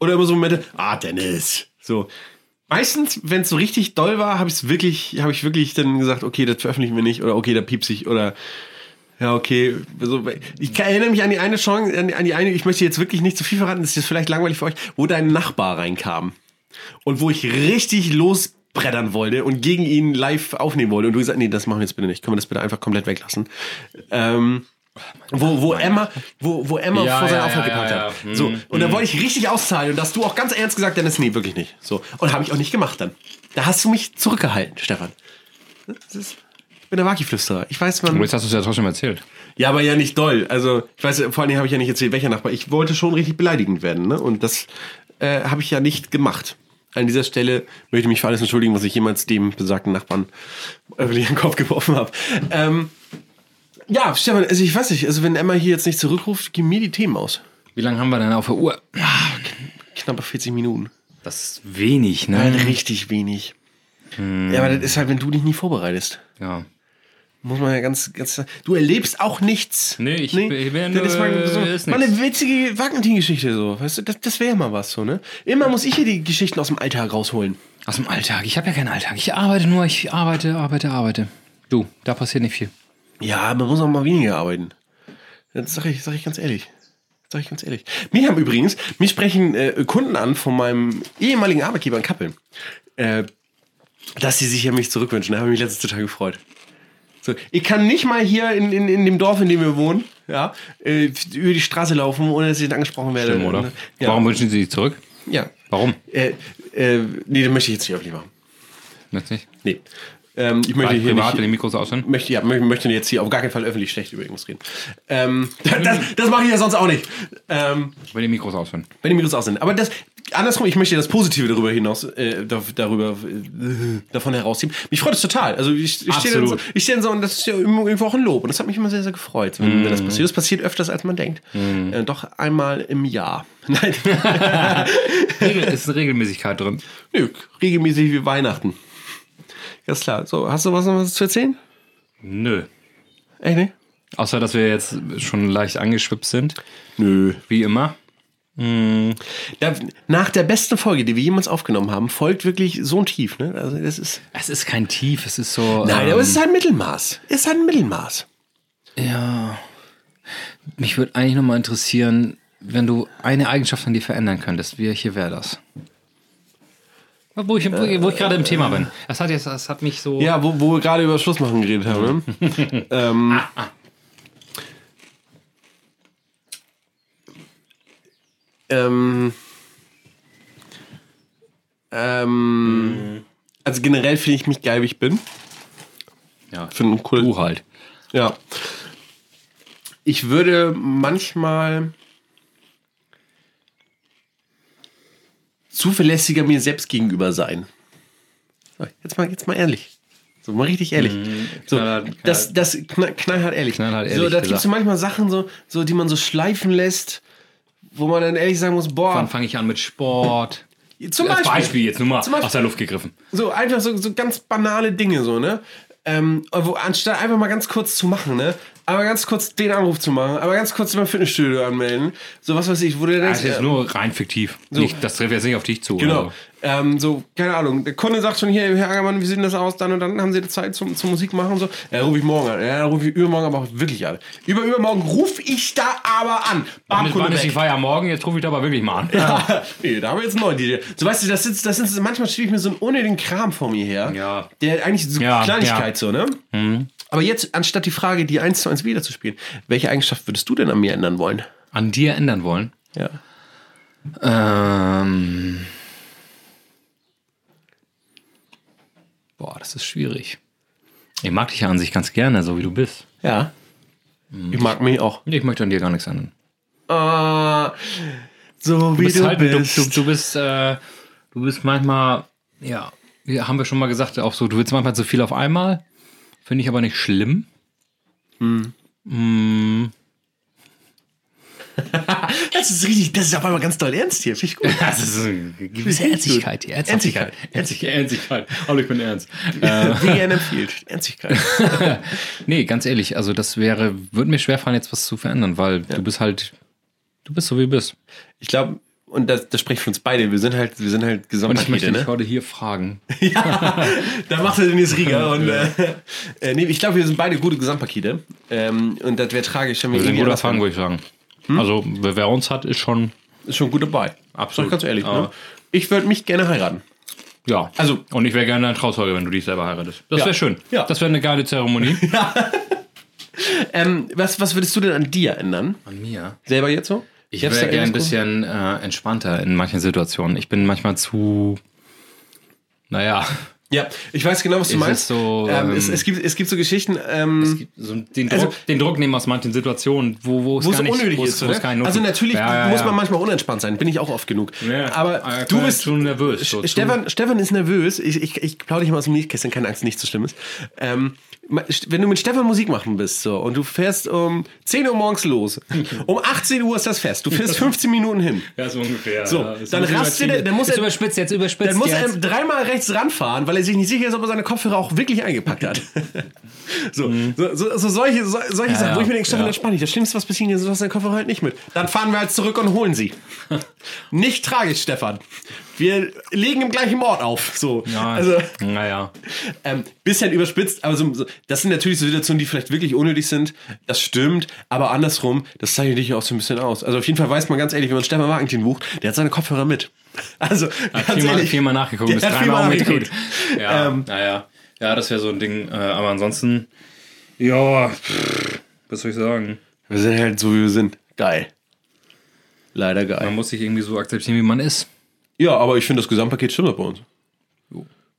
S2: Oder immer so Momente, ah, Dennis. So. Meistens, wenn es so richtig doll war, habe ich wirklich, habe ich wirklich dann gesagt, okay, das veröffentlichen wir nicht oder okay, da piepst ich oder ja, okay. Also, ich kann- erinnere mich an die eine Chance, an die, an die eine, ich möchte jetzt wirklich nicht zu viel verraten, das ist jetzt vielleicht langweilig für euch, wo dein Nachbar reinkam und wo ich richtig losbrettern wollte und gegen ihn live aufnehmen wollte. Und du gesagt, nee, das machen wir jetzt bitte nicht. Können wir das bitte einfach komplett weglassen. Ähm, wo, wo Emma, wo, wo Emma
S3: Ja,
S2: vor seinen
S3: ja,
S2: Auftrag
S3: ja,
S2: gepackt
S3: ja,
S2: hat.
S3: ja.
S2: So,
S3: Mhm.
S2: und da wollte ich richtig auszahlen und da hast du auch ganz ernst gesagt, Dennis, nee, wirklich nicht. So, und habe ich auch nicht gemacht dann. Da hast du mich zurückgehalten, Stefan. Das ist, ich bin der Waki-Flüsterer. Ich weiß, man.
S3: Und jetzt hast du es ja trotzdem erzählt.
S2: Ja, aber ja nicht doll. Also, ich weiß, vor allen Dingen habe ich ja nicht erzählt, welcher Nachbar. Ich wollte schon richtig beleidigend werden, ne? Und das äh, habe ich ja nicht gemacht. An dieser Stelle möchte ich mich für alles entschuldigen, was ich jemals dem besagten Nachbarn öffentlich in den Kopf geworfen habe. Ähm, ja, Stefan, also ich weiß nicht, also wenn Emma hier jetzt nicht zurückruft, gib mir die Themen aus.
S3: Wie lange haben wir denn auf der Uhr?
S2: Knappe 40 Minuten.
S3: Das ist wenig,
S2: Halt
S3: ne?
S2: richtig wenig. Ja, aber das ist halt, wenn du dich nie vorbereitest.
S3: Ja.
S2: Muss man ja ganz, ganz. Du erlebst auch nichts.
S3: Nee, ich- ich bin
S2: das
S3: nur,
S2: ist mal, so,
S3: äh, ist
S2: mal eine
S3: nix.
S2: witzige Wagner-Geschichte so. Weißt du, das, das wäre ja mal was so, ne? Immer muss ich hier die Geschichten aus dem Alltag rausholen.
S3: Aus dem Alltag. Ich habe ja keinen Alltag. Ich arbeite nur, ich arbeite, arbeite, arbeite. Du, da passiert nicht viel.
S2: Ja, man muss auch mal weniger arbeiten. Das sag ich, sag ich ganz ehrlich. Das sag ich ganz ehrlich. Mir haben übrigens, mich sprechen äh, Kunden an von meinem ehemaligen Arbeitgeber in Kappeln, äh, dass sie sich ja mich zurückwünschen. Da habe ich mich letztens total gefreut. So, ich kann nicht mal hier in, in, in dem Dorf, in dem wir wohnen, ja, äh, über die Straße laufen, ohne dass ich angesprochen werde.
S3: Stimmt, oder?
S2: Ähm, Ja.
S3: Warum wünschen Sie sich zurück?
S2: Ja.
S3: Warum?
S2: Äh, äh, nee, das möchte ich jetzt nicht öffentlich machen.
S3: Jetzt nicht.
S2: Nee. Ähm, ich möchte
S3: Weil
S2: hier
S3: privat,
S2: nicht,
S3: wenn die Mikros aus sind?
S2: möchte, ja, mö- möchte jetzt hier auf gar keinen Fall öffentlich schlecht über irgendwas reden. Ähm, das das mache ich ja sonst auch nicht. Ähm,
S3: Wenn die Mikros aus sind.
S2: wenn die Mikros aus sind. Aber das, andersrum, ich möchte das Positive darüber hinaus, äh, da- darüber, äh, davon herausziehen. Mich freut es total. Also ich, ich stehe dann, so,
S3: Absolut.
S2: ich stehe dann so und das ist ja irgendwo irgendwo auch ein Lob. Und das hat mich immer sehr, sehr gefreut, wenn, wenn das passiert. Das passiert öfters, als man denkt. Äh, doch einmal im Jahr. Nein,
S3: Regel- Es ist eine Regelmäßigkeit drin.
S2: nö, regelmäßig wie Weihnachten. Ganz klar. So, hast du was noch was zu erzählen?
S3: Nö.
S2: Echt nicht?
S3: Außer, dass wir jetzt schon leicht angeschwipst sind,
S2: Nö.
S3: wie immer.
S2: Da, nach der besten Folge, die wir jemals aufgenommen haben, folgt wirklich so ein Tief. Ne? Also das ist,
S3: Es ist kein Tief, es ist so.
S2: nein,
S3: ähm,
S2: aber es ist ein Mittelmaß. Es ist ein Mittelmaß.
S3: Ja. Mich würde eigentlich nochmal interessieren, wenn du eine Eigenschaft an dir verändern könntest, welche wäre das? Wo ich, wo ich gerade im Thema bin. Das hat, jetzt, das hat mich so.
S2: Ja, wo, wo wir gerade über Schluss machen geredet haben. Ne? ähm, ähm, ähm, also generell finde ich mich geil, wie ich bin.
S3: Ja.
S2: Finde einen cool.
S3: Du halt.
S2: Ja. Ich würde manchmal zuverlässiger mir selbst gegenüber sein. So, jetzt mal, jetzt mal ehrlich. So mal richtig ehrlich. so,
S3: Mhm. knallhart, knallhart.
S2: das, das knall, knallhart ehrlich.
S3: Knallhart
S2: so,
S3: ehrlich
S2: da gibt es
S3: gesagt.
S2: manchmal Sachen, so, so, die man so schleifen lässt, wo man dann ehrlich sagen muss, boah,
S3: Wann fange ich an mit Sport?
S2: zum Beispiel,
S3: Als Beispiel jetzt nur mal
S2: Zum Beispiel.
S3: aus der Luft gegriffen.
S2: So einfach so, so ganz banale Dinge, so, ne? Ähm, wo, anstatt einfach mal ganz kurz zu machen, ne? Aber ganz kurz den Anruf zu machen, aber ganz kurz beim Fitnessstudio anmelden. So was weiß ich, wo du denkst.
S3: Ah, Das ist
S2: äh,
S3: nur rein fiktiv. Nicht, das trifft jetzt nicht auf dich zu.
S2: Genau.
S3: Also.
S2: Ähm, so, keine Ahnung. Der Kunde sagt schon hier, Herr Angermann, wie sieht denn das aus? Dann und dann haben Sie Zeit zum, zum Musik machen. und So, ja, rufe ich morgen an. Ja, dann rufe ich übermorgen aber auch wirklich an. Über, übermorgen rufe ich da aber an. Bam,
S3: Wann,
S2: Kunde
S3: wann ist
S2: weg.
S3: die Feier morgen? Jetzt rufe ich da aber wirklich mal an. Ja.
S2: nee, da haben wir jetzt einen neuen DJ. So, weißt du, das sind, das sind manchmal schiebe ich mir so einen unnötigen Kram vor mir her.
S3: Ja.
S2: Der eigentlich so
S3: Ja,
S2: Kleinigkeit
S3: ja. Mhm.
S2: so, ne? Aber jetzt, anstatt die Frage, die eins zu eins wieder zu spielen, welche Eigenschaft würdest du denn an mir ändern wollen?
S3: An dir ändern wollen?
S2: Ja.
S3: Ähm. Boah, das ist schwierig. Ich mag dich ja an sich ganz gerne, so wie du bist.
S2: Ja. Mhm. Ich mag mich auch.
S3: Ich möchte an dir gar nichts ändern.
S2: Ah, so wie
S3: halt
S2: du bist.
S3: Du, du, du bist, äh, du bist manchmal, ja, wir- haben wir schon mal gesagt, auch so, du willst manchmal zu viel auf einmal. Finde ich aber nicht schlimm. Mm.
S2: Das ist richtig, das ist auf einmal ganz doll ernst hier. Finde ich gut.
S3: Das ist eine gewisse
S2: Ernstigkeit,
S3: Ernstigkeit.
S2: die Ernsthaftigkeit.
S3: Ernstigkeit. Ernstigkeit. Hallo, ich bin ernst. Äh,
S2: Wie er empfiehlt. Ernstigkeit.
S3: nee, ganz ehrlich, also das wäre, würde mir schwerfallen, jetzt was zu verändern, weil du bist halt, du bist so wie du bist.
S2: Ich glaube, und das, das spricht für uns beide. Wir sind halt, wir sind halt
S3: Und ich möchte
S2: Gesamtpakete,
S3: dich
S2: ne?
S3: heute hier fragen.
S2: Da macht er den jetzt Rieger. und, äh, äh, nee, ich glaube, wir sind beide gute Gesamtpakete. Ähm, und das wäre tragisch, wenn wir
S3: Wir sind
S2: irgendwie
S3: gut
S2: anders-
S3: erfahren, würde ich sagen.
S2: Hm?
S3: Also, wer, wer uns hat, ist schon,
S2: Ist schon gut dabei. Sag
S3: Absolut. Ah.
S2: Ganz ehrlich, ne?
S3: Aber-
S2: Ich würde mich gerne heiraten.
S3: ja.
S2: Also-
S3: und ich wäre gerne dein Trauzeuge, wenn du dich selber heiratest. Das
S2: Ja.
S3: wäre schön.
S2: Ja.
S3: Das wäre eine geile Zeremonie.
S2: Ähm, was, was würdest du denn an dir ändern?
S3: An mir.
S2: Selber jetzt so?
S3: Ich
S2: Selbst
S3: wäre
S2: da
S3: gerne ein
S2: irgendwas
S3: bisschen äh, entspannter in manchen Situationen. Ich bin manchmal zu, naja,
S2: Ja, ich weiß genau, was du
S3: Es
S2: meinst.
S3: ist so,
S2: ähm, es,
S3: ähm,
S2: es, gibt, es gibt so Geschichten, ähm,
S3: so den, Druck,
S2: Also-
S3: den Druck nehmen aus manchen Situationen, wo, wo es
S2: wo es
S3: gar nicht
S2: unnötig
S3: wo es-
S2: ist.
S3: wo
S2: oder?
S3: es keinen Nutzen-
S2: also natürlich
S3: Ja, ja,
S2: muss man
S3: ja.
S2: manchmal unentspannt sein, bin ich auch oft genug.
S3: Ja,
S2: aber
S3: aber
S2: du
S3: kann
S2: bist
S3: schon nervös, so
S2: Sch-
S3: zu-
S2: Stefan, Stefan ist nervös. Ich, ich, ich plaudere dich mal aus dem Nähkästchen, keine Angst, nichts so Schlimmes. Ähm, ma- St- wenn du mit Stefan Musik machen bist so, und du fährst um 10 Uhr morgens los, um 18 Uhr ist das fest, du fährst 15 Minuten hin.
S3: Ja, so ungefähr.
S2: So,
S3: ja. Das
S2: dann
S3: muss ich
S2: rastet
S3: überziehen.
S2: er- dann muss
S3: Ist
S2: er-
S3: überspitzt jetzt, überspitzt
S2: Dann muss er
S3: jetzt.
S2: dreimal rechts ranfahren, weil er sich nicht sicher ist, ob er seine Kopfhörer auch wirklich eingepackt hat. so, so, so, so solche, so, solche Sachen, wo ich mir denke, Stefan,
S3: Mhm. ja.
S2: entspann dich. Das Schlimmste, was passiert ist, du hast deinen Kopfhörer halt nicht mit. Dann fahren wir halt zurück und holen sie. nicht tragisch, Stefan. Wir legen im gleichen Ort auf. So.
S3: ja,
S2: Also,
S3: naja.
S2: ähm, bisschen überspitzt, aber so, so, das sind natürlich so Situationen, die vielleicht wirklich unnötig sind. Das stimmt, aber andersrum, das zeichnet dich ja auch so ein bisschen aus. Also auf jeden Fall weiß man ganz ehrlich, wenn man Stefan Wagentin bucht, der hat seine Kopfhörer mit. Also ganz
S3: viermal,
S2: ehrlich,
S3: viermal nachgeguckt,
S2: Der
S3: ist
S2: hat
S3: dreimal
S2: viermal
S3: umgedreht.
S2: nachgeguckt.
S3: Ja,
S2: Ähm.
S3: naja. Ja, das wäre so ein Ding. Äh, aber ansonsten, ja, pff, was soll ich sagen?
S2: Wir sind halt so, wie wir sind. Geil. Leider geil.
S3: Man muss sich irgendwie so akzeptieren, wie man ist.
S2: Ja, aber ich finde, das Gesamtpaket stimmt doch bei uns.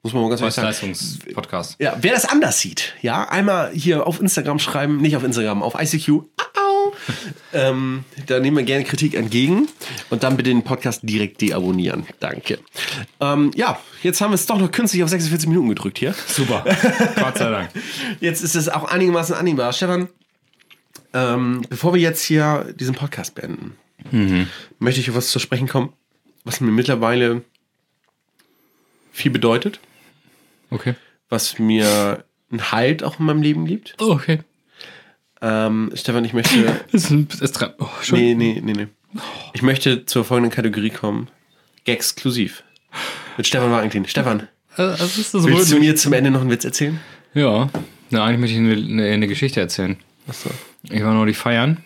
S2: Muss man mal ganz ehrlich sagen.
S3: Leistungspodcast.
S2: Ja, wer das anders sieht, ja, einmal hier auf Instagram schreiben, nicht auf Instagram, auf ICQ. Au, au. ähm, da nehmen wir gerne Kritik entgegen und dann bitte den Podcast direkt deabonnieren. Danke. Ähm, ja, jetzt haben wir es doch noch künstlich auf 46 Minuten gedrückt hier.
S3: Super. Gott sei Dank.
S2: Jetzt ist es auch einigermaßen annehmbar. Stefan, ähm, bevor wir jetzt hier diesen Podcast beenden, möchte ich auf was zu sprechen kommen, was mir mittlerweile viel bedeutet,
S3: Okay.
S2: was mir einen Halt auch in meinem Leben gibt.
S3: Okay.
S2: Ähm, Stefan, ich möchte.
S3: Es ist, es ist oh, schon.
S2: Nee, nee, nee, nee. Ich möchte zur folgenden Kategorie kommen: Gexklusiv. Mit Stefan Wagentin. Stefan,
S3: Äh, Es ist das
S2: willst du
S3: Röten.
S2: mir zum Ende noch einen Witz erzählen?
S3: Ja. Na, eigentlich möchte ich eine, eine, eine Geschichte erzählen.
S2: Achso.
S3: Ich war neulich feiern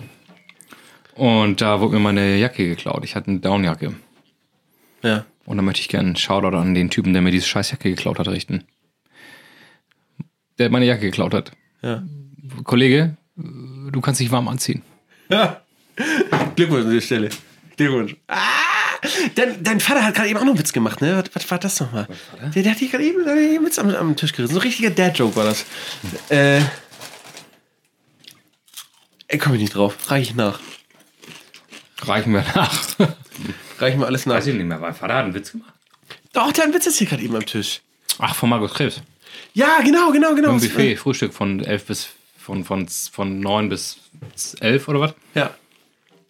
S3: und da wurde mir meine Jacke geklaut. Ich hatte eine Downjacke.
S2: Ja.
S3: Und da möchte ich gerne einen Shoutout an den Typen, der mir diese Scheißjacke geklaut hat, richten. Der meine Jacke geklaut hat.
S2: Ja.
S3: Kollege, du kannst dich warm anziehen.
S2: Glückwunsch an der Stelle. Glückwunsch. Ah! Dein, dein Vater hat gerade eben auch noch einen Witz gemacht, ne? Was, was war das nochmal? Der, der hat hier gerade eben der hat hier einen Witz am, am Tisch gerissen. So ein richtiger Dad-Joke war das. Äh. Ey, komm ich nicht drauf. Reich ich nach.
S3: Reichen wir nach.
S2: Reich mir alles nach.
S3: ich nicht mehr, mein Vater hat einen Witz gemacht.
S2: Doch, dein Witz ist hier gerade eben am Tisch.
S3: Ach, von Markus Krebs.
S2: Ja, genau, genau, genau.
S3: Im Buffet, Frühstück von 11 bis, von, von, von 9 bis 11 oder was?
S2: Ja.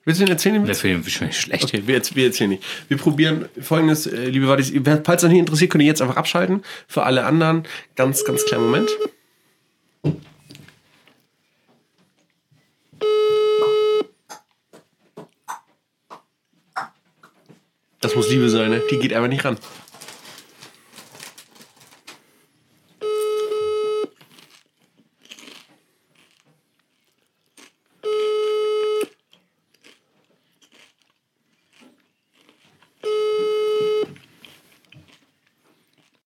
S2: Willst du den erzählen? den
S3: Der
S2: Witz?
S3: Film ist schon nicht schlecht.
S2: Okay, wir, erz- wir erzählen nicht. Wir probieren folgendes, äh, liebe Wadis, wer- falls euch nicht interessiert, könnt ihr jetzt einfach abschalten. Für alle anderen, ganz, ganz kleinen Moment. Das muss Liebe sein, ne? Die geht einfach nicht ran.